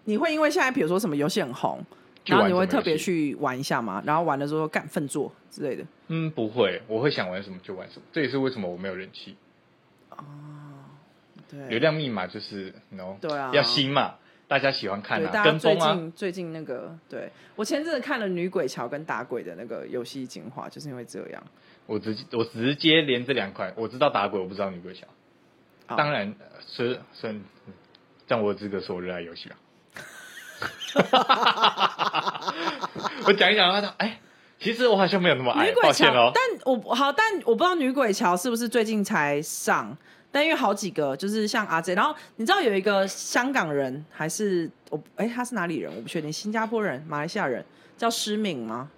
Speaker 2: 你会因为现在比如说什么游戏很红，
Speaker 3: 去
Speaker 2: 然
Speaker 3: 玩
Speaker 2: 后你
Speaker 3: 什么游
Speaker 2: 会
Speaker 3: 戏
Speaker 2: 特别去玩一下吗？然后玩的时候干奋作之类的。
Speaker 3: 嗯，不会，我会想玩什么就玩什么，这也是为什么我没有人气。流
Speaker 2: 对，
Speaker 3: 量密码就是，no，
Speaker 2: 对啊
Speaker 3: 要新嘛，大家喜欢看
Speaker 2: 对，
Speaker 3: 啊，
Speaker 2: 大家
Speaker 3: 跟
Speaker 2: 最
Speaker 3: 风
Speaker 2: 近、
Speaker 3: 啊，
Speaker 2: 最近那个，对我前阵子看了《女鬼桥》跟《打鬼》的那个游戏精华，就是因为这样。
Speaker 3: 我直接我直接连这两块，我知道打鬼，我不知道女鬼桥。
Speaker 2: 啊
Speaker 3: 当然，呃虽虽然嗯但我有资格说我热爱游戏啊。我讲一讲，他说：“哎，其实我好像没有那么爱
Speaker 2: 女，
Speaker 3: 抱
Speaker 2: 鬼
Speaker 3: 歉
Speaker 2: 桥
Speaker 3: 哦，。
Speaker 2: 但我好，但我不知道女鬼桥是不是最近才上，但因为好几个就是像阿 J，然后你知道有一个香港人还是我哎、他是哪里人我不确定，新加坡人、马来西亚人叫施敏吗？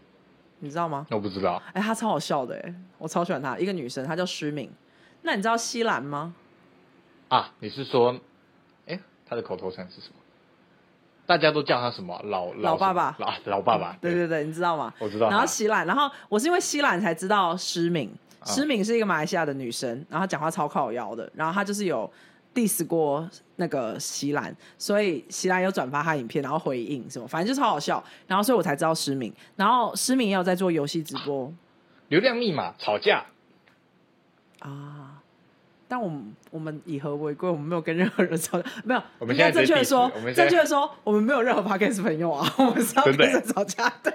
Speaker 2: 你知道吗？
Speaker 3: 我不知道，
Speaker 2: 哎、她超好笑的哎、我超喜欢她，一个女生，她叫施敏。那你知道西兰吗？
Speaker 3: 啊，你是说，哎，他的口头禅是什么？大家都叫他什么？啊老
Speaker 2: 老爸爸
Speaker 3: 什么老老爸爸。
Speaker 2: 对对对，你知道吗？
Speaker 3: 我知道他。
Speaker 2: 然后西兰，然后我是因为西兰才知道施敏，
Speaker 3: 啊
Speaker 2: 施敏是一个马来西亚的女生，然后讲话超靠腰的，然后她就是有 diss 过那个西兰，所以西兰有转发她影片，然后回应什么，反正就超好笑，然后所以我才知道施敏，然后施敏也有在做游戏直播
Speaker 3: 流量密码吵架，
Speaker 2: 啊。但我们我们以和为贵，我们没有跟任何人吵架，没有。
Speaker 3: 我们
Speaker 2: 应该
Speaker 3: 现在
Speaker 2: 正
Speaker 3: 直接
Speaker 2: 确的
Speaker 3: diss，
Speaker 2: 说
Speaker 3: 我，们现在
Speaker 2: 正确的说，我们没有任何 podcast 朋友啊，我们是要
Speaker 3: 真
Speaker 2: 跟
Speaker 3: 的
Speaker 2: 谁吵架？对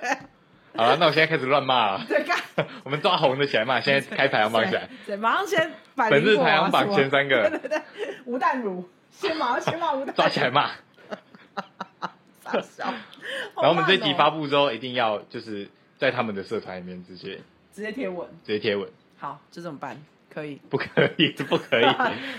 Speaker 3: 好了，那我现在开始乱骂了。
Speaker 2: 对，干
Speaker 3: 我们抓红的起来骂，现在开排行榜起来，
Speaker 2: 对，马上先百
Speaker 3: 本
Speaker 2: 灵
Speaker 3: 日
Speaker 2: 果啊
Speaker 3: 排行
Speaker 2: 什
Speaker 3: 榜
Speaker 2: 么
Speaker 3: 前三个，
Speaker 2: 吴淡如，先马 上先骂吴淡如，
Speaker 3: 抓起来骂。
Speaker 2: 傻笑。
Speaker 3: 然后我们这一集发
Speaker 2: 好烂哦
Speaker 3: 布之后，一定要就是在他们的社团里面直接
Speaker 2: 直接贴文，
Speaker 3: 直接贴文，
Speaker 2: 好，就这么办，可以。
Speaker 3: 不可以，不 可以，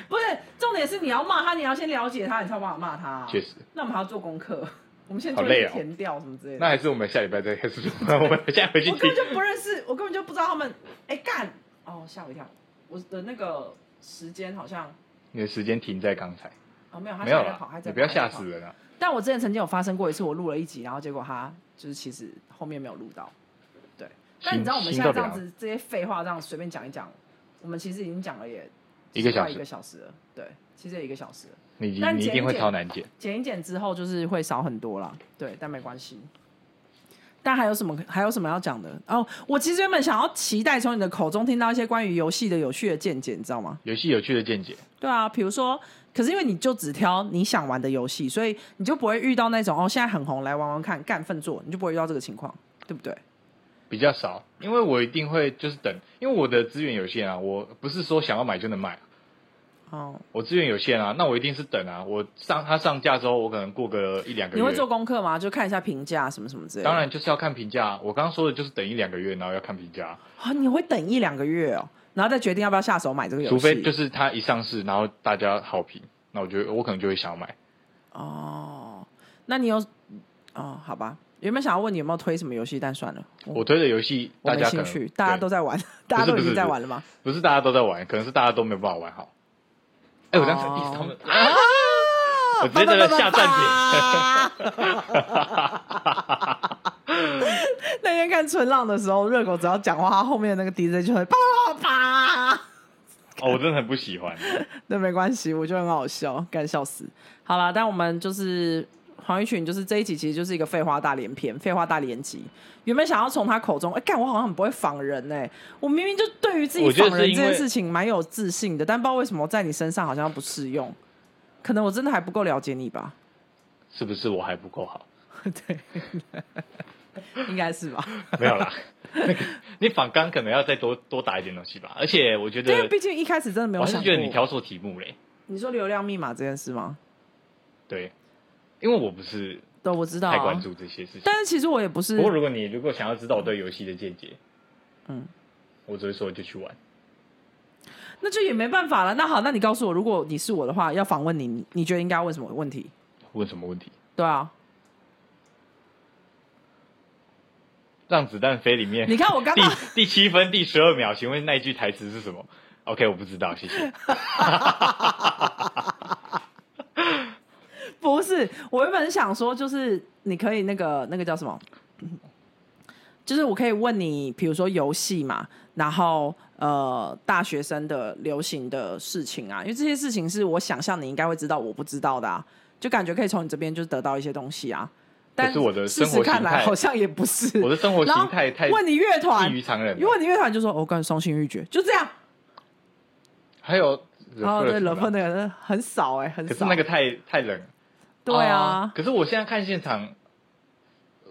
Speaker 2: 不是，重点是你要骂他，你要先了解他，你才有办法骂他、啊。
Speaker 3: 确实。
Speaker 2: 那我们还要做功课，我们先
Speaker 3: 好
Speaker 2: 做
Speaker 3: 累
Speaker 2: 一
Speaker 3: 哦
Speaker 2: 个填调什么之类
Speaker 3: 那
Speaker 2: 的。
Speaker 3: 还是我们下礼拜再开始录，我们现在回去
Speaker 2: 我根
Speaker 3: 听
Speaker 2: 本。就不认识，我根本就不知道他们。哎、干！哦，吓我一跳，我的那个时间好像
Speaker 3: 你的时间停在刚才，
Speaker 2: 哦没有，他
Speaker 3: 没有
Speaker 2: 现在在跑，
Speaker 3: 了
Speaker 2: 还，在
Speaker 3: 你
Speaker 2: 跑
Speaker 3: 不要
Speaker 2: 还在
Speaker 3: 吓
Speaker 2: 跑
Speaker 3: 死人啊！
Speaker 2: 但我之前曾经有发生过一次，我录了一集，然后结果他就是其实后面没有录到。对，但你知道我们现在
Speaker 3: 啊
Speaker 2: 这样子这些废话这样随便讲一讲，我们其实已经讲了也
Speaker 3: 一个小时
Speaker 2: 快一个小时了。对，其实也一个小时了，
Speaker 3: 你已
Speaker 2: 但
Speaker 3: 经你一
Speaker 2: 剪
Speaker 3: 定会
Speaker 2: 剪
Speaker 3: 超难剪。
Speaker 2: 剪一剪之后就是会少很多啦。对，但没关系。但还有什么还有什么要讲的？哦，我其实原本想要期待从你的口中听到一些关于游戏的有趣的见解，你知道吗？
Speaker 3: 游戏有趣的见解，
Speaker 2: 对啊，比如说，可是因为你就只挑你想玩的游戏，所以你就不会遇到那种哦，现在很红，来玩玩看，干份做，你就不会遇到这个情况，对不对？
Speaker 3: 比较少，因为我一定会就是等，因为我的资源有限啊，我不是说想要买就能买，
Speaker 2: 哦，
Speaker 3: 我资源有限啊，那我一定是等啊，我上它上架之后，我可能过个一两个
Speaker 2: 你
Speaker 3: 月。
Speaker 2: 会做功课吗？就看一下评价什么什么之类的。
Speaker 3: 当然就是要看评价啊，我刚刚说的就是等一两个月，然后要看评价啊，
Speaker 2: 啊、你会等一两个月哦，然后再决定要不要下手买这个游戏。
Speaker 3: 除非就是它一上市，然后大家好评，那我觉得我可能就会想要买。
Speaker 2: 哦，那你有哦，好吧，原本想要问你有没有推什么游戏，但算了，
Speaker 3: 我推的游戏
Speaker 2: 嗯我
Speaker 3: 大
Speaker 2: 没
Speaker 3: 家可
Speaker 2: 兴
Speaker 3: 能
Speaker 2: 趣，大家
Speaker 3: 对
Speaker 2: 都在玩，大家
Speaker 3: 不是
Speaker 2: 都已
Speaker 3: 不
Speaker 2: 经
Speaker 3: 是
Speaker 2: 在
Speaker 3: 不是
Speaker 2: 玩了吗？
Speaker 3: 不是大家都在玩，可能是大家都没有办法玩好。哎、我这样子
Speaker 2: 哦
Speaker 3: 一直他们，啊、 我直接
Speaker 2: 啊
Speaker 3: 在这下暂
Speaker 2: 停。 那天看春浪的时候，热狗只要讲话，他后面那个 DJ 就会啪啪啪。
Speaker 3: 哦，我真的很不喜欢。
Speaker 2: 那没关系，我觉得很好笑，干笑死。好啦，但我们就是黄玉群，就是这一集其实就是一个废话大连篇，废话大连集。原本想要从他口中，哎、干我好像很不会仿人哎、我明明就对于自己
Speaker 3: 我觉得
Speaker 2: 仿
Speaker 3: 是
Speaker 2: 人这
Speaker 3: 因为
Speaker 2: 件事情蛮有自信的，但不知道为什么在你身上好像不适用，可能我真的还不够了解你吧。
Speaker 3: 是不是我还不够好？
Speaker 2: 对，应该是吧？
Speaker 3: 没有 啦，那个你反刚可能要再多多打一点东西吧。而且我觉
Speaker 2: 对，因为
Speaker 3: 得，
Speaker 2: 毕竟一开始真的没
Speaker 3: 我还
Speaker 2: 有
Speaker 3: 是
Speaker 2: 想
Speaker 3: 觉得你
Speaker 2: 过。
Speaker 3: 挑错题目嘞。
Speaker 2: 你说流量密码这件事吗？
Speaker 3: 对，因为我不是
Speaker 2: 对，我知道、
Speaker 3: 太关
Speaker 2: 啊。
Speaker 3: 注这些事情。
Speaker 2: 但是其实我也不是
Speaker 3: 不过如果你如果想要知道我对游戏的见解，
Speaker 2: 嗯，
Speaker 3: 我只会说就去玩。
Speaker 2: 那就也没办法了。那好，那你告诉我，如果你是我的话，要访问你，你你觉得应该要问什么问题？
Speaker 3: 问什么问题？
Speaker 2: 对啊，
Speaker 3: 让子弹飞里面，
Speaker 2: 你看我刚
Speaker 3: 第
Speaker 2: 刚
Speaker 3: 第七分第十二秒，请问那一句台词是什么？OK，我不知道，谢 谢。
Speaker 2: 不是，我原本是想说，就是你可以那个那个叫什么，就是我可以问你，比如说游戏嘛，然后呃，大学生的流行的事情啊，因为这些事情是我想象你应该会知道，我不知道的、啊，就感觉可以从你这边就是得到一些东西啊。但
Speaker 3: 是我的
Speaker 2: 事
Speaker 3: 生活
Speaker 2: 实看
Speaker 3: 形
Speaker 2: 来
Speaker 3: 态
Speaker 2: 好像也不是，
Speaker 3: 我的生活
Speaker 2: 然后
Speaker 3: 形态太
Speaker 2: 问你乐团
Speaker 3: 异于，常人
Speaker 2: 因
Speaker 3: 了。
Speaker 2: 为你乐团就说，我、哦、感觉伤心欲绝，就这样。
Speaker 3: 还有
Speaker 2: 哦，对，
Speaker 3: 冷
Speaker 2: 冷风
Speaker 3: 风
Speaker 2: 那个很少哎、很
Speaker 3: 可是
Speaker 2: 少。
Speaker 3: 那个哦太太冷。
Speaker 2: 对啊，
Speaker 3: 可是我现在看现场，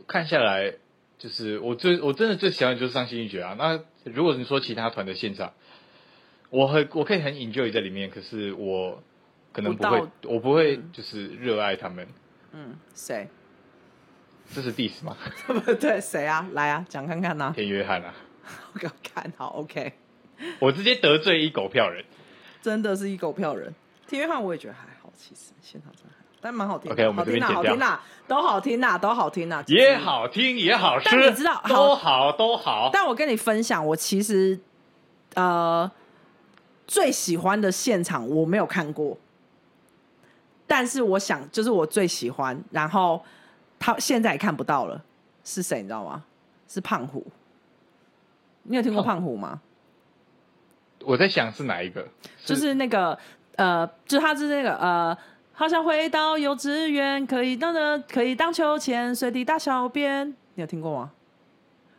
Speaker 3: 看下来，就是我最我真的最喜欢的就是伤心欲绝啊。那如果你说其他团的现场，我很我可以很 enjoy 在里面，可是我可能
Speaker 2: 不
Speaker 3: 不
Speaker 2: 到
Speaker 3: 会，我不会就是热爱他们。
Speaker 2: 嗯，谁？
Speaker 3: 这是 diss 吗？
Speaker 2: 对，谁啊？来啊， 讲看看呐、
Speaker 3: 田约翰啊，
Speaker 2: 我给我看好，OK，
Speaker 3: 我直接得罪一狗票 人。
Speaker 2: 真的是一狗票人。听约翰我也觉得还好，其实现场真的还好，但蛮好听的。
Speaker 3: OK，我们这
Speaker 2: 好听
Speaker 3: 边
Speaker 2: 呐、
Speaker 3: 剪
Speaker 2: 好
Speaker 3: 掉
Speaker 2: 听呐、都好听呐、都好听呐、其实
Speaker 3: 也。好听，也好吃，
Speaker 2: 但你知道好
Speaker 3: 都好都好。
Speaker 2: 但我跟你分享，我其实呃最喜欢的现场我没有看过，但是我想就是我最喜欢，然后他现在也看不到了，是谁你知道吗？是胖虎。你有听过胖虎吗？
Speaker 3: 我在想是哪一个？
Speaker 2: 就是那个呃，就是他是那个呃。好想回到幼稚园，可以当的可以当秋千，随地大小便。你有听过吗？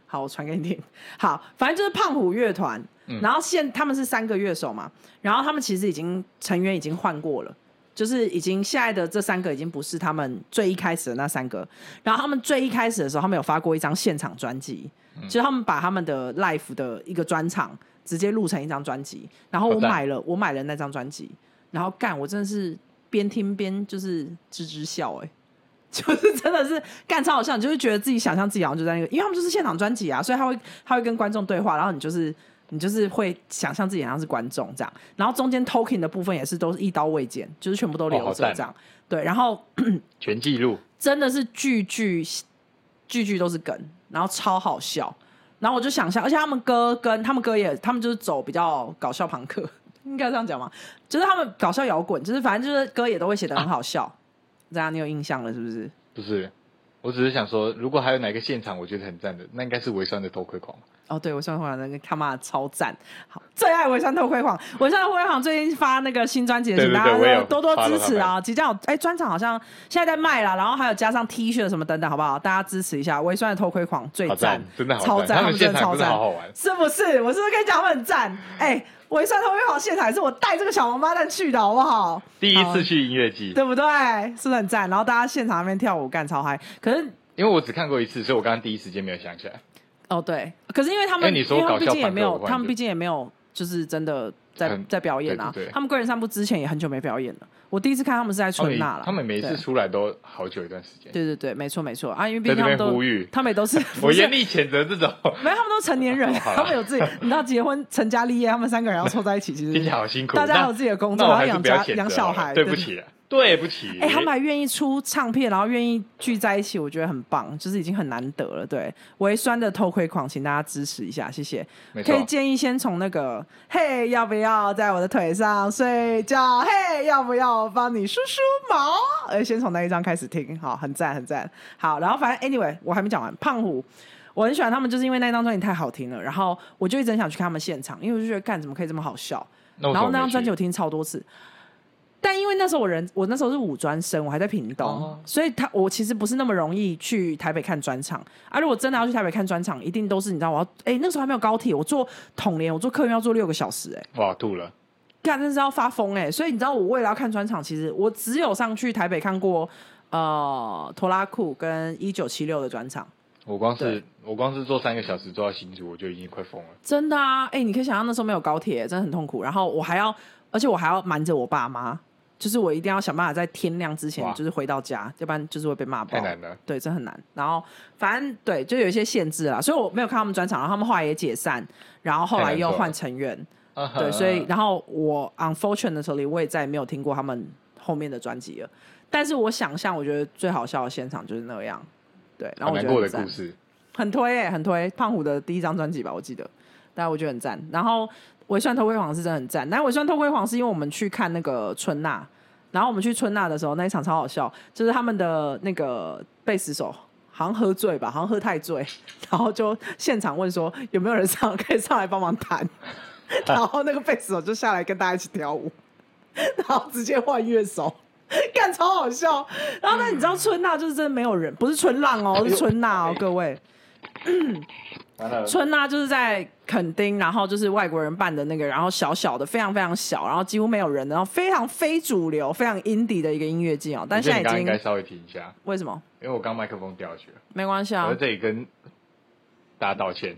Speaker 2: 好，我传给你听。好，反正就是胖虎乐团，
Speaker 3: 嗯
Speaker 2: 然后现他们是三个乐手嘛，然后他们其实已经成员已经换过了，就是已经现在的这三个已经不是他们最一开始的那三个。然后他们最一开始的时候，他们有发过一张现场专辑，
Speaker 3: 嗯
Speaker 2: 就是他们把他们的 l i f e 的一个专场直接录成一张专辑，然后我
Speaker 3: 好赞
Speaker 2: 买了，我买了那张专辑，然后干，我真的是边听边就是吱吱笑、欸，哎。 就是真的是干超好笑，你就是觉得自己想象自己好像就在那个，因为他们就是现场专辑啊，所以他会他会跟观众对话，然后你就是你就是会想象自己好像是观众这样，然后中间 talking 的部分也是都是一刀未剪，就是全部都
Speaker 3: 哦
Speaker 2: 留
Speaker 3: 好
Speaker 2: 着
Speaker 3: 赞
Speaker 2: 这样，对，然后
Speaker 3: 全记录，
Speaker 2: 真的是句句句句都是梗，然后超好笑。然后我就想象，而且他们歌跟他们歌也，他们就是走比较搞笑朋克， 应该这样讲嘛，就是他们搞笑摇滚，就是反正就是歌也都会写的很好笑。这样你有印象了是不是？
Speaker 3: 不是？我只是想说，如果还有哪个现场我觉得很赞的，那应该是维酸的偷窥狂。
Speaker 2: 哦，对，我上回那个他妈的超赞，好，最爱维山头盔狂，维山头盔狂最近发那个新专辑，
Speaker 3: 对
Speaker 2: 请
Speaker 3: 对
Speaker 2: 大
Speaker 3: 对我也
Speaker 2: 家
Speaker 3: 有
Speaker 2: 多多支
Speaker 3: follow
Speaker 2: 持啊！即将有哎专场好像现在在卖啦，然后还有加上 T 恤什么等等，好不好？大家支持一下维山的头盔狂最
Speaker 3: 好
Speaker 2: 赞
Speaker 3: 赞，，真的好
Speaker 2: 超赞，
Speaker 3: 他
Speaker 2: 们
Speaker 3: 们现
Speaker 2: 的超
Speaker 3: 场真的
Speaker 2: 赞，
Speaker 3: 好好玩。
Speaker 2: 是不是？我是不是跟你讲他们很赞？哎，维山头盔狂现场也是我带这个小王八蛋去的，好不好？
Speaker 3: 第一次去音乐季，
Speaker 2: 对不对？是不是很赞？然后大家现场那边跳舞干超嗨，可是
Speaker 3: 因为我只看过一次，所以我刚刚第一时间没有想起来。
Speaker 2: 哦，对，可是因为他们，
Speaker 3: 哎你说
Speaker 2: 因为他
Speaker 3: 搞
Speaker 2: 们毕
Speaker 3: 笑
Speaker 2: 竟也
Speaker 3: 版
Speaker 2: 没
Speaker 3: 的
Speaker 2: 有
Speaker 3: 我，换
Speaker 2: 他们
Speaker 3: 就
Speaker 2: 毕竟也没有，就是真的在
Speaker 3: 很
Speaker 2: 在表演啊。
Speaker 3: 对对对
Speaker 2: 他们贵人散步之前也很久没表演了，我第一次看他们是在
Speaker 3: 他
Speaker 2: 春
Speaker 3: 们
Speaker 2: 娜了。
Speaker 3: 他们每一
Speaker 2: 对
Speaker 3: 次出来都好久一段时间，
Speaker 2: 对对对，没错没错啊，因为毕
Speaker 3: 在这
Speaker 2: 竟他们
Speaker 3: 边
Speaker 2: 都
Speaker 3: 呼，吁。
Speaker 2: 他们也 都是不
Speaker 3: 我
Speaker 2: 是
Speaker 3: 严厉谴责这种，
Speaker 2: 没有，他们都成年人，
Speaker 3: 好啦
Speaker 2: 他们有自己，你知道结婚成家立业，他们三个人要凑在一起，其
Speaker 3: 听起来
Speaker 2: 实
Speaker 3: 好辛苦。
Speaker 2: 大家
Speaker 3: 那
Speaker 2: 有自己的工
Speaker 3: 那
Speaker 2: 作，
Speaker 3: 我
Speaker 2: 还
Speaker 3: 还
Speaker 2: 要
Speaker 3: 是
Speaker 2: 养
Speaker 3: 不要
Speaker 2: 家
Speaker 3: 谴责
Speaker 2: 养小
Speaker 3: 好
Speaker 2: 孩，
Speaker 3: 了对不。起啊，对不起。
Speaker 2: 哎、他们还愿意出唱片，然后愿意聚在一起，我觉得很棒，就是已经很难得了。对，微酸的偷窥狂，请大家支持一下，谢谢。
Speaker 3: 没
Speaker 2: 可以
Speaker 3: 错，
Speaker 2: 建议先从那个“嘿，要不要在我的腿上睡觉？嘿，要不要我帮你梳梳毛？”呃，先从那一张开始听，好，很赞，很赞。好，然后反正 anyway，我还没讲完。胖虎，我很喜欢他们，就是因为那张专辑太好听了，然后我就一直很想去看他们现场，因为我就觉得干怎么可以这么好笑。
Speaker 3: 那我
Speaker 2: 然后
Speaker 3: 怎么
Speaker 2: 那张
Speaker 3: 没
Speaker 2: 专辑
Speaker 3: 去
Speaker 2: 我听超多次，但因为那时候我人，我那时候是五专生，我还在屏东，
Speaker 3: 哦
Speaker 2: 所以他我其实不是那么容易去台北看专场。啊，如果真的要去台北看专场，一定都是你知道我要，哎、那时候还没有高铁，我坐统联，我坐客运要坐六个小时、哎，
Speaker 3: 哇吐了。
Speaker 2: 干真是要发疯哎、所以你知道我为了要看专场，其实我只有上去台北看过呃拖拉库跟一九七六的专场。
Speaker 3: 我光
Speaker 2: 对
Speaker 3: 是我光是坐三个小时坐到新竹，我就已经快疯了。
Speaker 2: 真的啊，哎、你可以想象那时候没有高铁，真的很痛苦。然后我还要，而且我还要瞒着我爸妈，就是我一定要想办法在天亮之前
Speaker 3: 哇
Speaker 2: 就是回到家，要不然就是会被骂爆。
Speaker 3: 太难了
Speaker 2: 对，这很难。然后反正对，就有一些限制啦，所以我没有看他们专场，然后他们后来也解散，然后后来又换成员，
Speaker 3: 啊
Speaker 2: 对，所以然后我 unfortunately 我也再也没有听过他们后面的专辑了。但是我想象，我觉得最好笑的现场就是那样，对，然
Speaker 3: 好
Speaker 2: 后我
Speaker 3: 难
Speaker 2: 觉得
Speaker 3: 过
Speaker 2: 很
Speaker 3: 的
Speaker 2: 赞
Speaker 3: 故事。
Speaker 2: 很推诶、很推胖虎的第一张专辑吧，我记得，但我觉得很赞。然后尾酸偷窥狂是真的很赞，但尾酸偷窥狂是因为我们去看那个春娜，然后我们去春娜的时候那一场超好笑，就是他们的那个贝斯手。好像喝醉吧，好像喝太醉， 然后就现场问说有没有人上可以上来帮忙弹，然后那个贝斯手就下来跟大家一起跳舞，然后直接换乐手，干超好笑。然后那你知道春娜就是真的没有人，不是春浪哦，是春娜哦，各位。
Speaker 3: 完了，
Speaker 2: 春啊，就是在垦丁，然后就是外国人办的那个，然后小小的，非常非常小，然后几乎没有人，然后非常非主流、非常 indie 的一个音乐季哦。但
Speaker 3: 我觉得
Speaker 2: 现在
Speaker 3: 你刚刚
Speaker 2: 已
Speaker 3: 应该
Speaker 2: 经
Speaker 3: 稍微停一下，
Speaker 2: 为什么？
Speaker 3: 因为我刚麦克风掉下去了，
Speaker 2: 没关系
Speaker 3: 我
Speaker 2: 啊
Speaker 3: 在，这里跟大家道歉。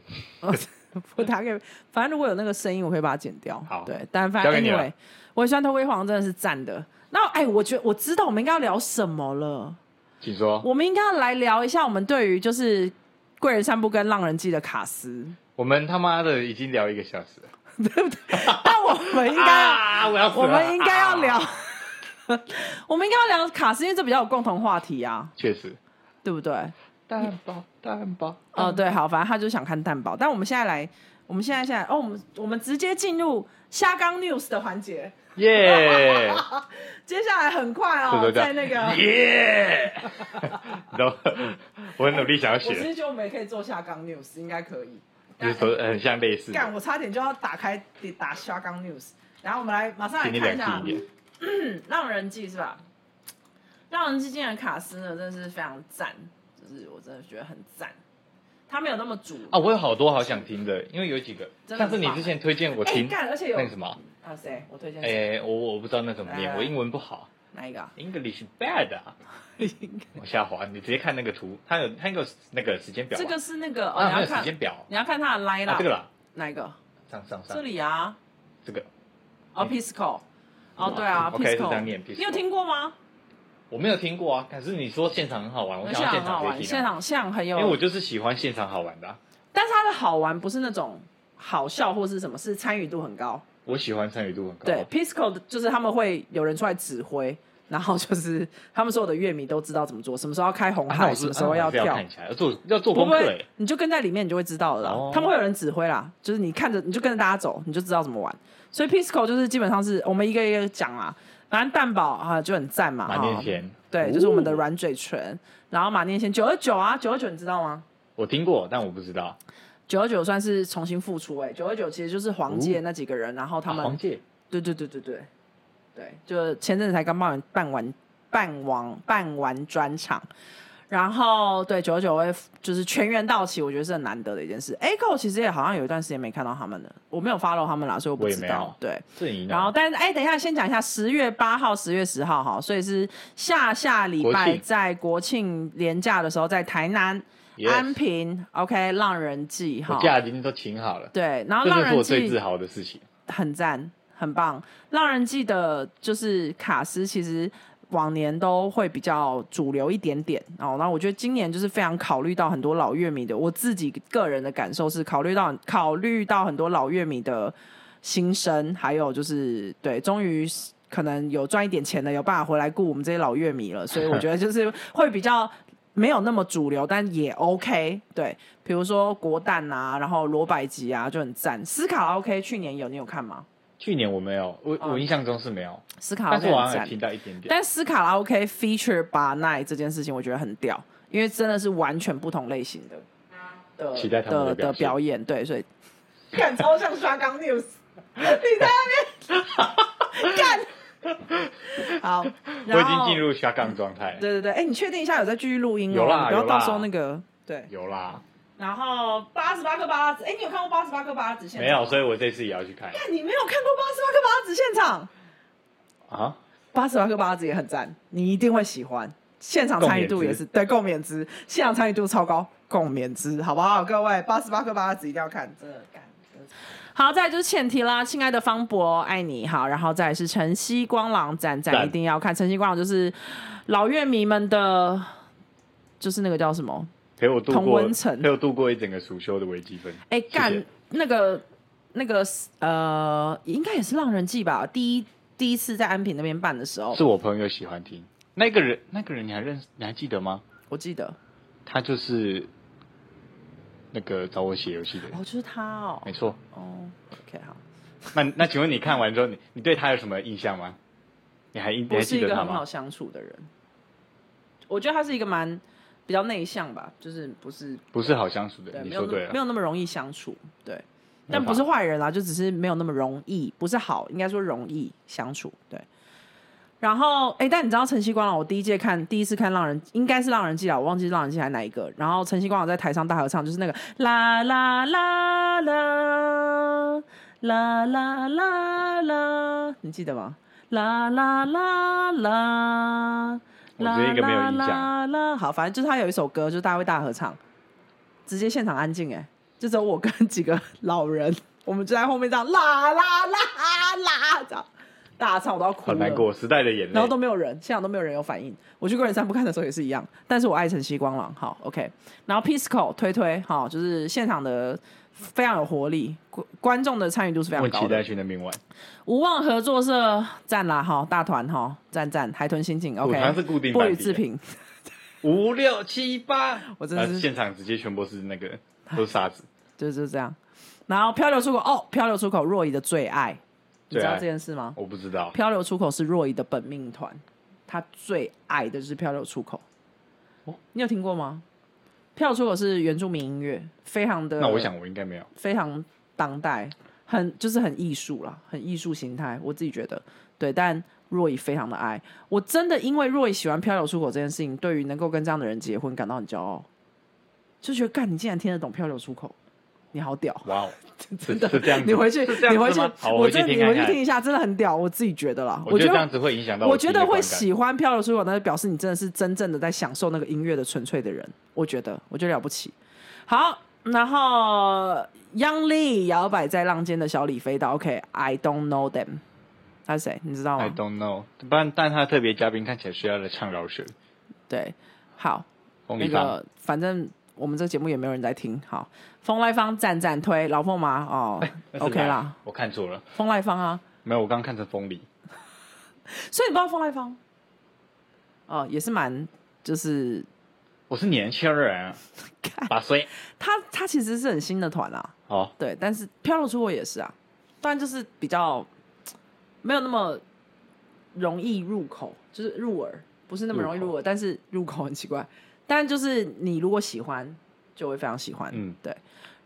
Speaker 2: 我打给， 反正如果有那个声音，我可以把它剪掉。
Speaker 3: 好
Speaker 2: 对，但反正
Speaker 3: 交给你了
Speaker 2: anyway，我也希望偷窥黄真的是赞的。那哎，我觉得我知道我们应该要聊什么了，
Speaker 3: 请说，
Speaker 2: 我们应该要来聊一下我们对于就是贵人散步跟浪人记的卡 斯，
Speaker 3: 我们他妈的已经聊一个小时了，
Speaker 2: 但我们应该要。
Speaker 3: 啊，我要死了啊
Speaker 2: 我们应该要聊， 我们应该要聊卡斯，因为这比较有共同话题啊，
Speaker 3: 确实，
Speaker 2: 对不
Speaker 3: 嗯
Speaker 2: 对？
Speaker 3: 蛋包蛋 包，
Speaker 2: 哦，对，好，反正他就想看蛋堡，但我们现在来，我们现在现在哦，我们我们直接进入下岗 news 的环节，
Speaker 3: 耶，
Speaker 2: 接下来很快
Speaker 3: 就
Speaker 2: 哦，
Speaker 3: 是这
Speaker 2: 在
Speaker 3: 样
Speaker 2: 那个，
Speaker 3: 耶，你知道，我很努力想要
Speaker 2: 我其
Speaker 3: 学，
Speaker 2: 实觉得我们也可以做下岗 news，应该可以。
Speaker 3: 就是说很像类似的，
Speaker 2: 干，我差点就要打开打下岗 news，然后我们来马上来
Speaker 3: 请你
Speaker 2: 看一啊
Speaker 3: 冷
Speaker 2: 下
Speaker 3: 静一点，
Speaker 2: 让人记是吧？让人记进的卡斯呢，真的是非常赞，就是我真的觉得很赞。他没有那么主
Speaker 3: 啊，我有好多好想听的，因为有几个，
Speaker 2: 真的很
Speaker 3: 上次你之前推荐我
Speaker 2: 哎
Speaker 3: 听
Speaker 2: 干，而且有
Speaker 3: 那个什么，
Speaker 2: 啊，谁？我推荐谁？
Speaker 3: 哎，我我不知道那怎么念，
Speaker 2: 来
Speaker 3: 我英文不好
Speaker 2: 哪一个、啊？
Speaker 3: ，English bad 啊，我下滑，你直接看那个图，它有它有那个时间表啊，
Speaker 2: 这个是那个哦，
Speaker 3: 啊，
Speaker 2: 你
Speaker 3: 它
Speaker 2: 要
Speaker 3: 有时
Speaker 2: 看
Speaker 3: 间表
Speaker 2: 你要看他的 line 啦、
Speaker 3: 啊，这个啦，
Speaker 2: 哪一个？
Speaker 3: 上上
Speaker 2: 这
Speaker 3: 上，
Speaker 2: 里啊，
Speaker 3: 这个嗯
Speaker 2: 哦，Pisco，哦，对啊
Speaker 3: OK，是这样念
Speaker 2: ，Pisco，
Speaker 3: ，Pisco
Speaker 2: 你有听过吗？
Speaker 3: 我没有听过啊，可是你说现场很好玩，我
Speaker 2: 那
Speaker 3: 想要
Speaker 2: 很
Speaker 3: 哦现
Speaker 2: 好
Speaker 3: 场直
Speaker 2: 玩，
Speaker 3: 接听
Speaker 2: 现
Speaker 3: 啊，
Speaker 2: 场现场很
Speaker 3: 因为我
Speaker 2: 有，
Speaker 3: 就是喜欢现场好玩的啊，
Speaker 2: 但是它的好玩不是那种好笑或是什么，是参与度很高。
Speaker 3: 我喜欢参与度很高，
Speaker 2: 对，Pisco 的就是他们会有人出来指挥，然后就是 他们所有的乐迷都知道怎么做，什么时候要开红
Speaker 3: 啊，那
Speaker 2: 海，
Speaker 3: 我
Speaker 2: 什
Speaker 3: 是
Speaker 2: 么时候
Speaker 3: 啊我是要
Speaker 2: 跳
Speaker 3: 看。一下，要做要做
Speaker 2: 不
Speaker 3: 功课
Speaker 2: 会
Speaker 3: 欸，，
Speaker 2: 你就跟在里面，你就会知道了啦。
Speaker 3: 哦
Speaker 2: 他们会有人指挥啦，就是你看着，你就跟着大家走，你就知道怎么玩。所以 Pisco 就是基本上是我们一个一个讲啦。反正蛋堡啊就很赞嘛，
Speaker 3: 马
Speaker 2: 哈
Speaker 3: 念贤，
Speaker 2: 对，就是我们的
Speaker 3: 哦
Speaker 2: 软嘴唇，然后马念先九二九啊，九二九你知道吗？
Speaker 3: 我听过，但我不知道，
Speaker 2: 九二九算是重新复出哎、九二九其实就是黄界那几个人，然后
Speaker 3: 哦
Speaker 2: 他
Speaker 3: 啊
Speaker 2: 们
Speaker 3: 黄玠
Speaker 2: 对对对对对，对，就前阵子才刚办完办完办完办完专场，然后对九九会就是全员到齐，我觉得是很难得的一件事。Echo 其实也好像有一段时间没看到他们了，我没有 follow 他们啦，所以我不
Speaker 3: 我也
Speaker 2: 知
Speaker 3: 没
Speaker 2: 道
Speaker 3: 有。
Speaker 2: 对，
Speaker 3: 郑怡呢，
Speaker 2: 然后但是哎，等一下先讲一下十月八号、十月十号哈，所以是下下礼
Speaker 3: 国
Speaker 2: 拜
Speaker 3: 庆
Speaker 2: 在国庆连假的时候，在台南
Speaker 3: Yes
Speaker 2: 安平 OK 浪人记哈
Speaker 3: 我。假已经都请好了，
Speaker 2: 对，然后
Speaker 3: 这
Speaker 2: 浪
Speaker 3: 就是
Speaker 2: 人
Speaker 3: 我
Speaker 2: 记
Speaker 3: 最自豪的事情。
Speaker 2: 很赞，很棒。浪人记的就是卡斯，其实往年都会比较主流一点点哦。那我觉得今年就是非常考虑到很多老乐迷的，我自己个人的感受是考虑到考虑到很多老乐迷的心声，还有就是对，终于。可能有赚一点钱的，有办法回来顾我们这些老乐迷了，所以我觉得就是会比较没有那么主流，但也 OK。对，比如说国蛋啊，然后罗百吉啊，就很赞。斯卡拉 OK 去年有你有看吗？
Speaker 3: 去年我没有，我
Speaker 2: 嗯
Speaker 3: 我印象中是没有，
Speaker 2: 斯卡拉
Speaker 3: 但是
Speaker 2: OK
Speaker 3: 我好
Speaker 2: 很
Speaker 3: 像有
Speaker 2: 赞，
Speaker 3: 听到一点点。
Speaker 2: 但斯卡拉 OK feature 把奈这件事情，我觉得很屌，因为真的是完全不同类型的的
Speaker 3: 期待他们的
Speaker 2: 的
Speaker 3: 表
Speaker 2: 的
Speaker 3: 现
Speaker 2: 表演，对，所以干超像刷 缸 news，你在 那边干好，
Speaker 3: 我已
Speaker 2: 然
Speaker 3: 经
Speaker 2: 后
Speaker 3: 进入下杠状态了，
Speaker 2: 对对对，哎、你确定一下有在继续录音吗？哦
Speaker 3: 有啦
Speaker 2: 你不要
Speaker 3: 有啦
Speaker 2: 到时候那个对。
Speaker 3: 有啦，
Speaker 2: 然后八十八颗八拉子，哎、你有看过八十八颗八拉子现场？
Speaker 3: 没有，所以我这次也要去看
Speaker 2: 干，哎你没有看过八十八颗八拉子现场？
Speaker 3: 啊。
Speaker 2: 八十八个八子也很赞，你一定会喜欢。现场参与度也是对，共勉之，现场参与度超高，共勉之，好不好？各位，八十八个八子一定要看，真的干。真的好，再来就是前提啦，亲爱的方博，爱你好，然后再来是晨曦光朗，赞赞
Speaker 3: 赞
Speaker 2: 一定要看，晨曦光朗就是老乐迷们的，就是那个叫什么？
Speaker 3: 陪我度
Speaker 2: 同
Speaker 3: 过
Speaker 2: 温层
Speaker 3: 陪我度过一整个暑修的微积分。
Speaker 2: 哎、
Speaker 3: 谢
Speaker 2: 干
Speaker 3: 谢
Speaker 2: 那个那个呃，应该也是浪人记吧？第一第一次在安平那边办的时候
Speaker 3: 是，我朋友喜欢听那个人，那个人你还认识？你还记得吗？
Speaker 2: 我记得
Speaker 3: 他就是那个找我写游戏的
Speaker 2: 哦，
Speaker 3: 人，
Speaker 2: 就是他哦，
Speaker 3: 没错。
Speaker 2: 哦，OK，好，
Speaker 3: 那那请问你看完之后，你你对他有什么印象吗？你还你
Speaker 2: 不
Speaker 3: 还
Speaker 2: 是
Speaker 3: 记
Speaker 2: 一
Speaker 3: 得
Speaker 2: 个
Speaker 3: 他
Speaker 2: 很好
Speaker 3: 吗？
Speaker 2: 相处的人。我觉得他是一个蛮比较内向吧，就是不是
Speaker 3: 不是好相处的，
Speaker 2: 对，
Speaker 3: 你
Speaker 2: 没
Speaker 3: 说
Speaker 2: 有
Speaker 3: 对
Speaker 2: 那没
Speaker 3: 了。
Speaker 2: 有那么容易相处，对，
Speaker 3: 没
Speaker 2: 但
Speaker 3: 办
Speaker 2: 不
Speaker 3: 法
Speaker 2: 是坏人啦，就只是没有那么容易，不是好，应该说容易相处，对。然后，哎，但你知道晨曦光老，我第一届看，第一次看《浪人》，应该是《浪人记》啦，我忘记是《浪人记》还是哪一个。然后晨曦光老在台上大合唱，就是那个啦啦啦啦啦啦啦啦，你记得吗？啦啦啦啦，
Speaker 3: 我觉得一个没有印象
Speaker 2: 啦啦啦好，反正就是他有一首歌，就是大家会大合唱，直接现场安静，哎，就只有我跟几个老人，我们就在后面这样啦啦啦啦这样大唱，我都要哭
Speaker 3: 好
Speaker 2: 了。
Speaker 3: 难过，时代的眼泪。
Speaker 2: 然后都没有人，现场都没有人有反应。我去个人散步看的时候也是一样，但是我爱晨曦光朗，好，OK。然后 Pisco 推推，好，就是现场的非常有活力，观观众的参与度是非
Speaker 3: 我
Speaker 2: 常
Speaker 3: 期
Speaker 2: 高的
Speaker 3: 待。去那边玩。
Speaker 2: 无望合作社赞啦，哈，大团哈，赞赞，海豚心境
Speaker 3: 我好像哦是
Speaker 2: ，OK。
Speaker 3: 固定
Speaker 2: 波
Speaker 3: 班
Speaker 2: 宇
Speaker 3: 底
Speaker 2: 自
Speaker 3: 的，
Speaker 2: 评，
Speaker 3: 五六七八，
Speaker 2: 我真的
Speaker 3: 啊
Speaker 2: 是
Speaker 3: 现场直接全部是那个都是沙子，
Speaker 2: 就是就是这样。然后漂流出口，哦，漂流出口，若仪的最爱，你知
Speaker 3: 最
Speaker 2: 道
Speaker 3: 爱
Speaker 2: 这件事吗？
Speaker 3: 啊我不知道。
Speaker 2: 漂流出口是若仪的本命团，他最爱的就是漂流出口。
Speaker 3: 哦
Speaker 2: 你有听过吗？漂流出口是原住民音乐，非常的
Speaker 3: 那我想我应该没有。
Speaker 2: 非常当代，很就是很艺术啦，很艺术形态，我自己觉得对。但若仪非常的爱，我真的因为若仪喜欢漂流出口这件事情，对于能够跟这样的人结婚感到很骄傲，就觉得干你竟然听得懂漂流出口，你好屌。
Speaker 3: 哇 哦，真的是这样子吗，
Speaker 2: 你回去
Speaker 3: 是这，样
Speaker 2: 你
Speaker 3: 子吗
Speaker 2: 回去
Speaker 3: 好，，我
Speaker 2: 我
Speaker 3: 回去
Speaker 2: 真的
Speaker 3: 听
Speaker 2: 你
Speaker 3: 看
Speaker 2: 回去听
Speaker 3: 看。
Speaker 2: 一下，真的很屌，我自己觉得啦。
Speaker 3: 我觉
Speaker 2: 觉
Speaker 3: 得这
Speaker 2: 得
Speaker 3: 样子会影响到
Speaker 2: 我
Speaker 3: 自己
Speaker 2: 觉
Speaker 3: 的
Speaker 2: 得会
Speaker 3: 观感
Speaker 2: 喜欢漂流出口，那就表示你真的是真正的在享受那个音乐的纯粹的人。我觉得，我觉得了不起。好，然后央丽摇摆在浪尖的小李飞刀，OK，I、don't know them，他是谁？你知道
Speaker 3: I
Speaker 2: 吗？
Speaker 3: don't know，但但他特别嘉宾看起来是要来唱饶舌，
Speaker 2: 对，好，
Speaker 3: 风
Speaker 2: 那
Speaker 3: 力棒，
Speaker 2: 个反正我们这个节目也没有人在听。好，风来方赞赞推老凤麻哦
Speaker 3: 那是
Speaker 2: ，OK
Speaker 3: 哪
Speaker 2: 啦，，
Speaker 3: 我看错了，
Speaker 2: 风来方啊，
Speaker 3: 没有，我刚刚看成风力，
Speaker 2: 所以你不知道风来方，哦，也是蛮就是
Speaker 3: 我是年轻人啊，把谁？
Speaker 2: 他他其实是很新的团啊。
Speaker 3: 好，
Speaker 2: 对，但是漂流出国也是啊，当然就是比较没有那么容易入口，就是入耳，不是那么容易入
Speaker 3: 入
Speaker 2: 耳，但是入口很奇怪。但就是你如果喜欢，就会非常喜欢。
Speaker 3: 嗯，
Speaker 2: 对。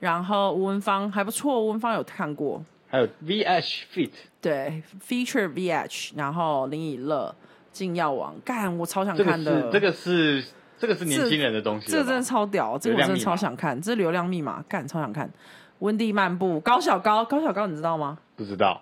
Speaker 2: 然后吴文芳还不错，吴文芳有看过，
Speaker 3: 还有 VH Fit，
Speaker 2: 对，Feature VH，然后林以乐、禁药王，干我超想
Speaker 3: 这个
Speaker 2: 看
Speaker 3: 是，
Speaker 2: 的
Speaker 3: 这个是这个是年轻人的东西
Speaker 2: 这
Speaker 3: 了
Speaker 2: 个
Speaker 3: 吧，
Speaker 2: 真的超屌，这个我真的超想看，这是流量密码，干超想看。温蒂漫步，高小高，高小高你知道吗？
Speaker 3: 不知道，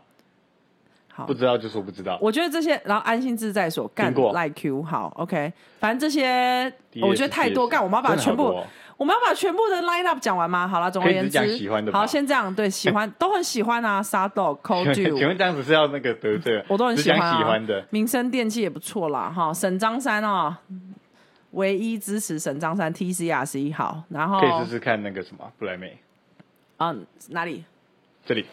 Speaker 2: 好，
Speaker 3: 不知道就说不知道，
Speaker 2: 我觉得这些，然后安心自在所干
Speaker 3: 听过
Speaker 2: 赖 Q 好，OK，反正这些我觉得太多，
Speaker 3: DSDS
Speaker 2: 干我们要把
Speaker 3: 真的好
Speaker 2: 全部
Speaker 3: 多哦
Speaker 2: 我们要把全部的 line up 讲完吗？好啦，总而
Speaker 3: 可以只
Speaker 2: 言
Speaker 3: 讲
Speaker 2: 之，
Speaker 3: 喜欢的吧
Speaker 2: 好，先这样，对，喜 欢都很喜欢啊，沙豆、
Speaker 3: 请
Speaker 2: Cold
Speaker 3: 问请
Speaker 2: You，
Speaker 3: 问这样子是要那个得罪了？
Speaker 2: 我都很
Speaker 3: 只
Speaker 2: 喜欢、
Speaker 3: 讲
Speaker 2: 啊，
Speaker 3: 喜欢的，
Speaker 2: 民生电器也不错啦，哈，沈张三哦，唯一支持沈张三 TCRC 好，然后
Speaker 3: 可以试试看那个什么布莱梅
Speaker 2: 嗯哪里？
Speaker 3: 这里，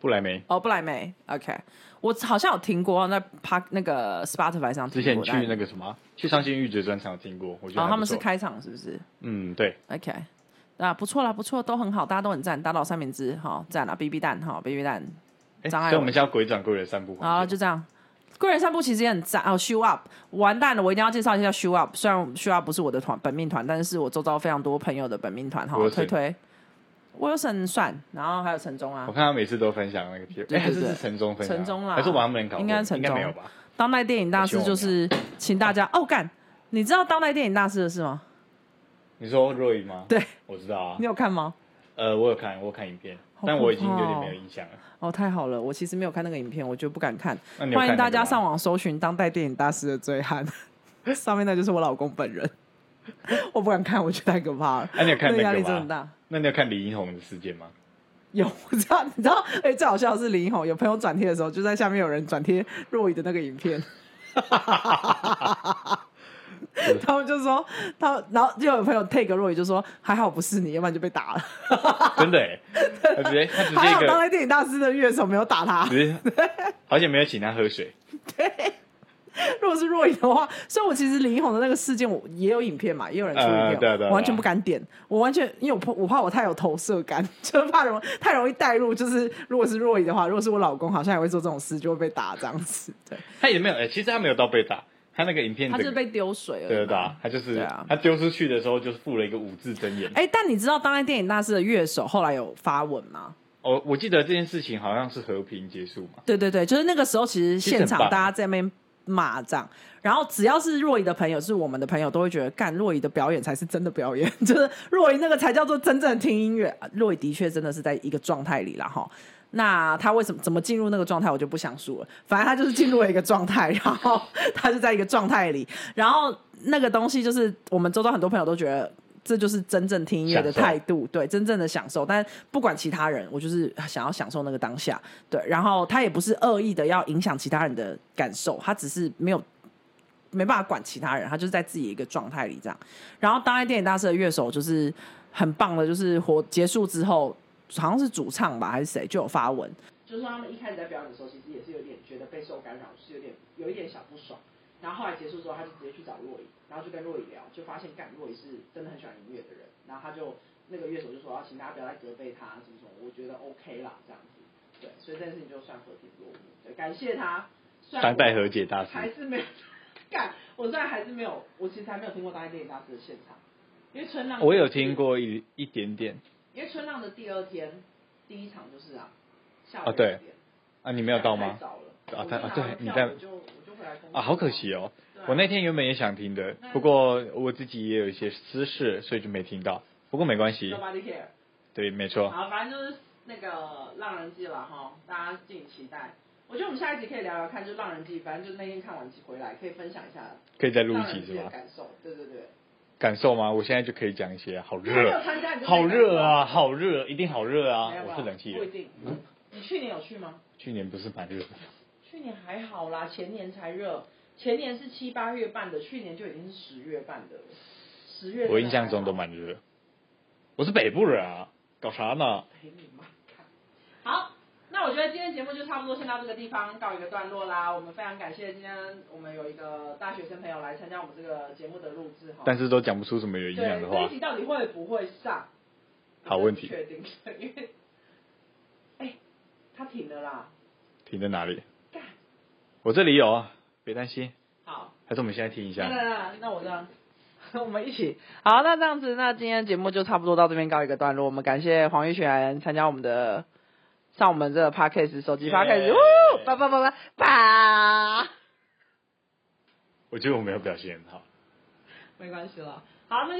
Speaker 3: 布莱梅
Speaker 2: 哦，布莱梅，OK，我好像有听过在 Park 那个 Spotify 上
Speaker 3: 之
Speaker 2: 听
Speaker 3: 前
Speaker 2: 过，
Speaker 3: 去
Speaker 2: 但
Speaker 3: 那个什么去伤心欲绝专场有听过，我觉得
Speaker 2: 哦
Speaker 3: 还
Speaker 2: 他
Speaker 3: 不
Speaker 2: 们是
Speaker 3: 错
Speaker 2: 开场是不是？
Speaker 3: 嗯对，
Speaker 2: OK，那不错啦，不错，都很好，大家都很赞，打倒三明治，好赞啦，BB 蛋，好 BB 蛋，
Speaker 3: 哎
Speaker 2: 张爱
Speaker 3: 所
Speaker 2: 文
Speaker 3: 以我们现在要鬼转鬼的散步环节，
Speaker 2: 好，就这样。贵人散步其实也很赞哦，Show Up，完蛋了，我一定要介绍一下 Show Up。虽然 Show Up 不是我的团本命团，但是是我周遭非常多朋友的本命团哈，
Speaker 3: Wilson
Speaker 2: 推推，Wilson 算，然后还有陈忠啊
Speaker 3: 我，看他每次都分享那个贴，
Speaker 2: 对
Speaker 3: 哎，还
Speaker 2: 对
Speaker 3: 是
Speaker 2: 对
Speaker 3: 是陈忠分享，
Speaker 2: 陈忠啦
Speaker 3: 还是王门考过，
Speaker 2: 应该是陈
Speaker 3: 应该
Speaker 2: 忠
Speaker 3: 没有吧？
Speaker 2: 当代电影大师就是请大家哦干，你知道当代电影大师的事吗？
Speaker 3: 你说若雨吗？
Speaker 2: 对，
Speaker 3: 我知道啊
Speaker 2: 你，有看吗？
Speaker 3: 呃，我有看，我有看影片，
Speaker 2: 好
Speaker 3: 但
Speaker 2: 可
Speaker 3: 我已经有
Speaker 2: 怕
Speaker 3: 点
Speaker 2: 哦
Speaker 3: 没有印象了。
Speaker 2: 哦，太好了，我其实没有看那个影片，我就不敢看。
Speaker 3: 那你有
Speaker 2: 欢迎
Speaker 3: 看那个
Speaker 2: 大家
Speaker 3: 吗
Speaker 2: 上网搜寻当代电影大师的醉汉，上面那就是我老公本人。 我不敢看，我觉得太可怕了。
Speaker 3: 哎你有看那
Speaker 2: 那
Speaker 3: 个
Speaker 2: 压力
Speaker 3: 吗
Speaker 2: 真的很大。
Speaker 3: 那你有看李英宏的事件吗？
Speaker 2: 有，我知道，你知道，哎、最好笑的是林一红有朋友转贴的时候，就在下面有人转贴若雨的那个 影片。他们就说，他们然后就有朋友 take 若雨就说，还好不是你，要不然就被打了。
Speaker 3: 真的哎，他直接他直接
Speaker 2: 还
Speaker 3: 一
Speaker 2: 好当
Speaker 3: 个
Speaker 2: 代电影大师的乐手没有打他。
Speaker 3: 直接，好久没有请他喝水，
Speaker 2: 如果是若影的话，所以我其实林一红的那个事件，我也有影片嘛，也有人出影片，
Speaker 3: 呃对啊对啊
Speaker 2: 我完全不敢点，我完全因为我怕我怕我太有投射感， 就是怕容太容易带入，就是如果是若影的话，如果是我老公，好像也会做这种事，就会被打这样子，对，
Speaker 3: 他也没有哎，其实他没有到被打，他那个影片
Speaker 2: 他
Speaker 3: 整
Speaker 2: 就是
Speaker 3: 个
Speaker 2: 被丢水了，
Speaker 3: 对的啊，他就是、
Speaker 2: 对啊哎
Speaker 3: 他丢出去的时候就是附了一个五字真言，
Speaker 2: 哎、但你知道当代电影大师的乐手后来有发文吗？
Speaker 3: 哦，我记得这件事情好像是和平结束嘛。
Speaker 2: 对对对，就是那个时候，其实现场
Speaker 3: 其实很棒
Speaker 2: 大家在那边骂这样，然后只要是若仪的朋友，是我们的朋友，都会觉得干若仪的表演才是真的表演， 就是若仪那个才叫做真正听音乐。啊若仪的确真的是在一个状态里了哈。那他为什么怎么进入那个状态，我就不想说了。反正他就是进入了一个状态，然后 他就在一个状态里，然后那个东西就是我们周遭很多朋友都觉得。这就是真正听音乐的
Speaker 3: 享受
Speaker 2: 态度，对，真正的享受。但不管其他人，我就是想要享受那个当下，对。然后他也不是恶意的要影响其他人的感受，他只是没有没办法管其他人，他就是在自己一个状态里这样。然后当代电影大师的乐手就是很棒的，就是活结束之后，好像是主唱吧还是谁就有发文，就是说他们一开始在表演的时候，其实也是有点觉得备受干扰，是有点有一点小不爽。然后后来结束之后，他就直接去找若雨，然后就跟若雨聊，就发现干若雨是真的很喜欢音乐的人，然后他就那个乐手就说啊，请大家不要再责备他什么什么，我觉得 OK 啦这样子，对，所以这件事情就算和平落幕，对，感谢他，虽然
Speaker 3: 当
Speaker 2: 我
Speaker 3: 代和解大师
Speaker 2: 啊还是没有干，我虽然还是没有，我其实还没有听过当代电影大师的现场，因为春浪
Speaker 3: 我有听，过一一点点
Speaker 2: 因为春浪的第二天第一场就是啊，下午
Speaker 3: 哦对
Speaker 2: 两点
Speaker 3: 啊，你没有到吗
Speaker 2: 太？早了
Speaker 3: 啊
Speaker 2: 我
Speaker 3: 太
Speaker 2: 就
Speaker 3: 啊
Speaker 2: 拿
Speaker 3: 对
Speaker 2: 了
Speaker 3: 你
Speaker 2: 票
Speaker 3: 在
Speaker 2: 我就我就回来工作
Speaker 3: 啊，好可惜哦！
Speaker 2: 对啊啊
Speaker 3: 我那天原本也想听的
Speaker 2: 那，
Speaker 3: 不过我自己也有一些私事，所以就没听到。不过没关系，
Speaker 2: Nobody care。
Speaker 3: 对，没错。
Speaker 2: 好，反正就是那个《浪人记》了哈，大家敬请期待。我觉得我们下一集可以聊聊看，就《浪人记》，反正就那天看完回来，可以分享一下
Speaker 3: 可以再
Speaker 2: 《
Speaker 3: 录
Speaker 2: 浪
Speaker 3: 一
Speaker 2: 人
Speaker 3: 集
Speaker 2: 记
Speaker 3: 是》
Speaker 2: 的
Speaker 3: 吧？
Speaker 2: 感受。对对对，
Speaker 3: 感受吗？我现在就可以讲一些，好
Speaker 2: 你还没有
Speaker 3: 热，
Speaker 2: 参加，你就
Speaker 3: 好热啊，
Speaker 2: 没
Speaker 3: 好热，一定好热啊
Speaker 2: 感受！没有吧
Speaker 3: 我是冷气
Speaker 2: 哎不一
Speaker 3: 人，
Speaker 2: 定。你去年有去吗？
Speaker 3: 去年不是蛮热的，
Speaker 2: 去年还好啦，前年才热，前年是七八月办的，去年就已经是十月办的了。十月真的
Speaker 3: 我印象中
Speaker 2: 还
Speaker 3: 都
Speaker 2: 好
Speaker 3: 蛮热。我是北部人啊，搞啥呢？
Speaker 2: 陪你妈看。好，那我觉得今天节目就差不多先到这个地方告一个段落啦。我们非常感谢今天我们有一个大学生朋友来参加我们这个节目的录制哈。
Speaker 3: 但是都讲不出什么有营养的
Speaker 2: 对这一
Speaker 3: 话
Speaker 2: 集。到底会不会上？
Speaker 3: 好问题
Speaker 2: 我真的不确定，因为 哎，他停了啦。
Speaker 3: 停在哪里？
Speaker 2: 干，
Speaker 3: 我这里有，啊，别担心。
Speaker 2: 好，
Speaker 3: 还是我们现在听一
Speaker 2: 那
Speaker 3: 下。
Speaker 2: 那那啊那我这样。 我们一起好，那这样子，那今天节目就差不多到这边告一个段落。我们感谢黄玉璇参加我们的上我们这个 podcast 手机 podcast，
Speaker 3: Yeah
Speaker 2: 呜，叭叭叭叭叭。
Speaker 3: 我觉得我没有表现很好。
Speaker 2: 没关系了。好，那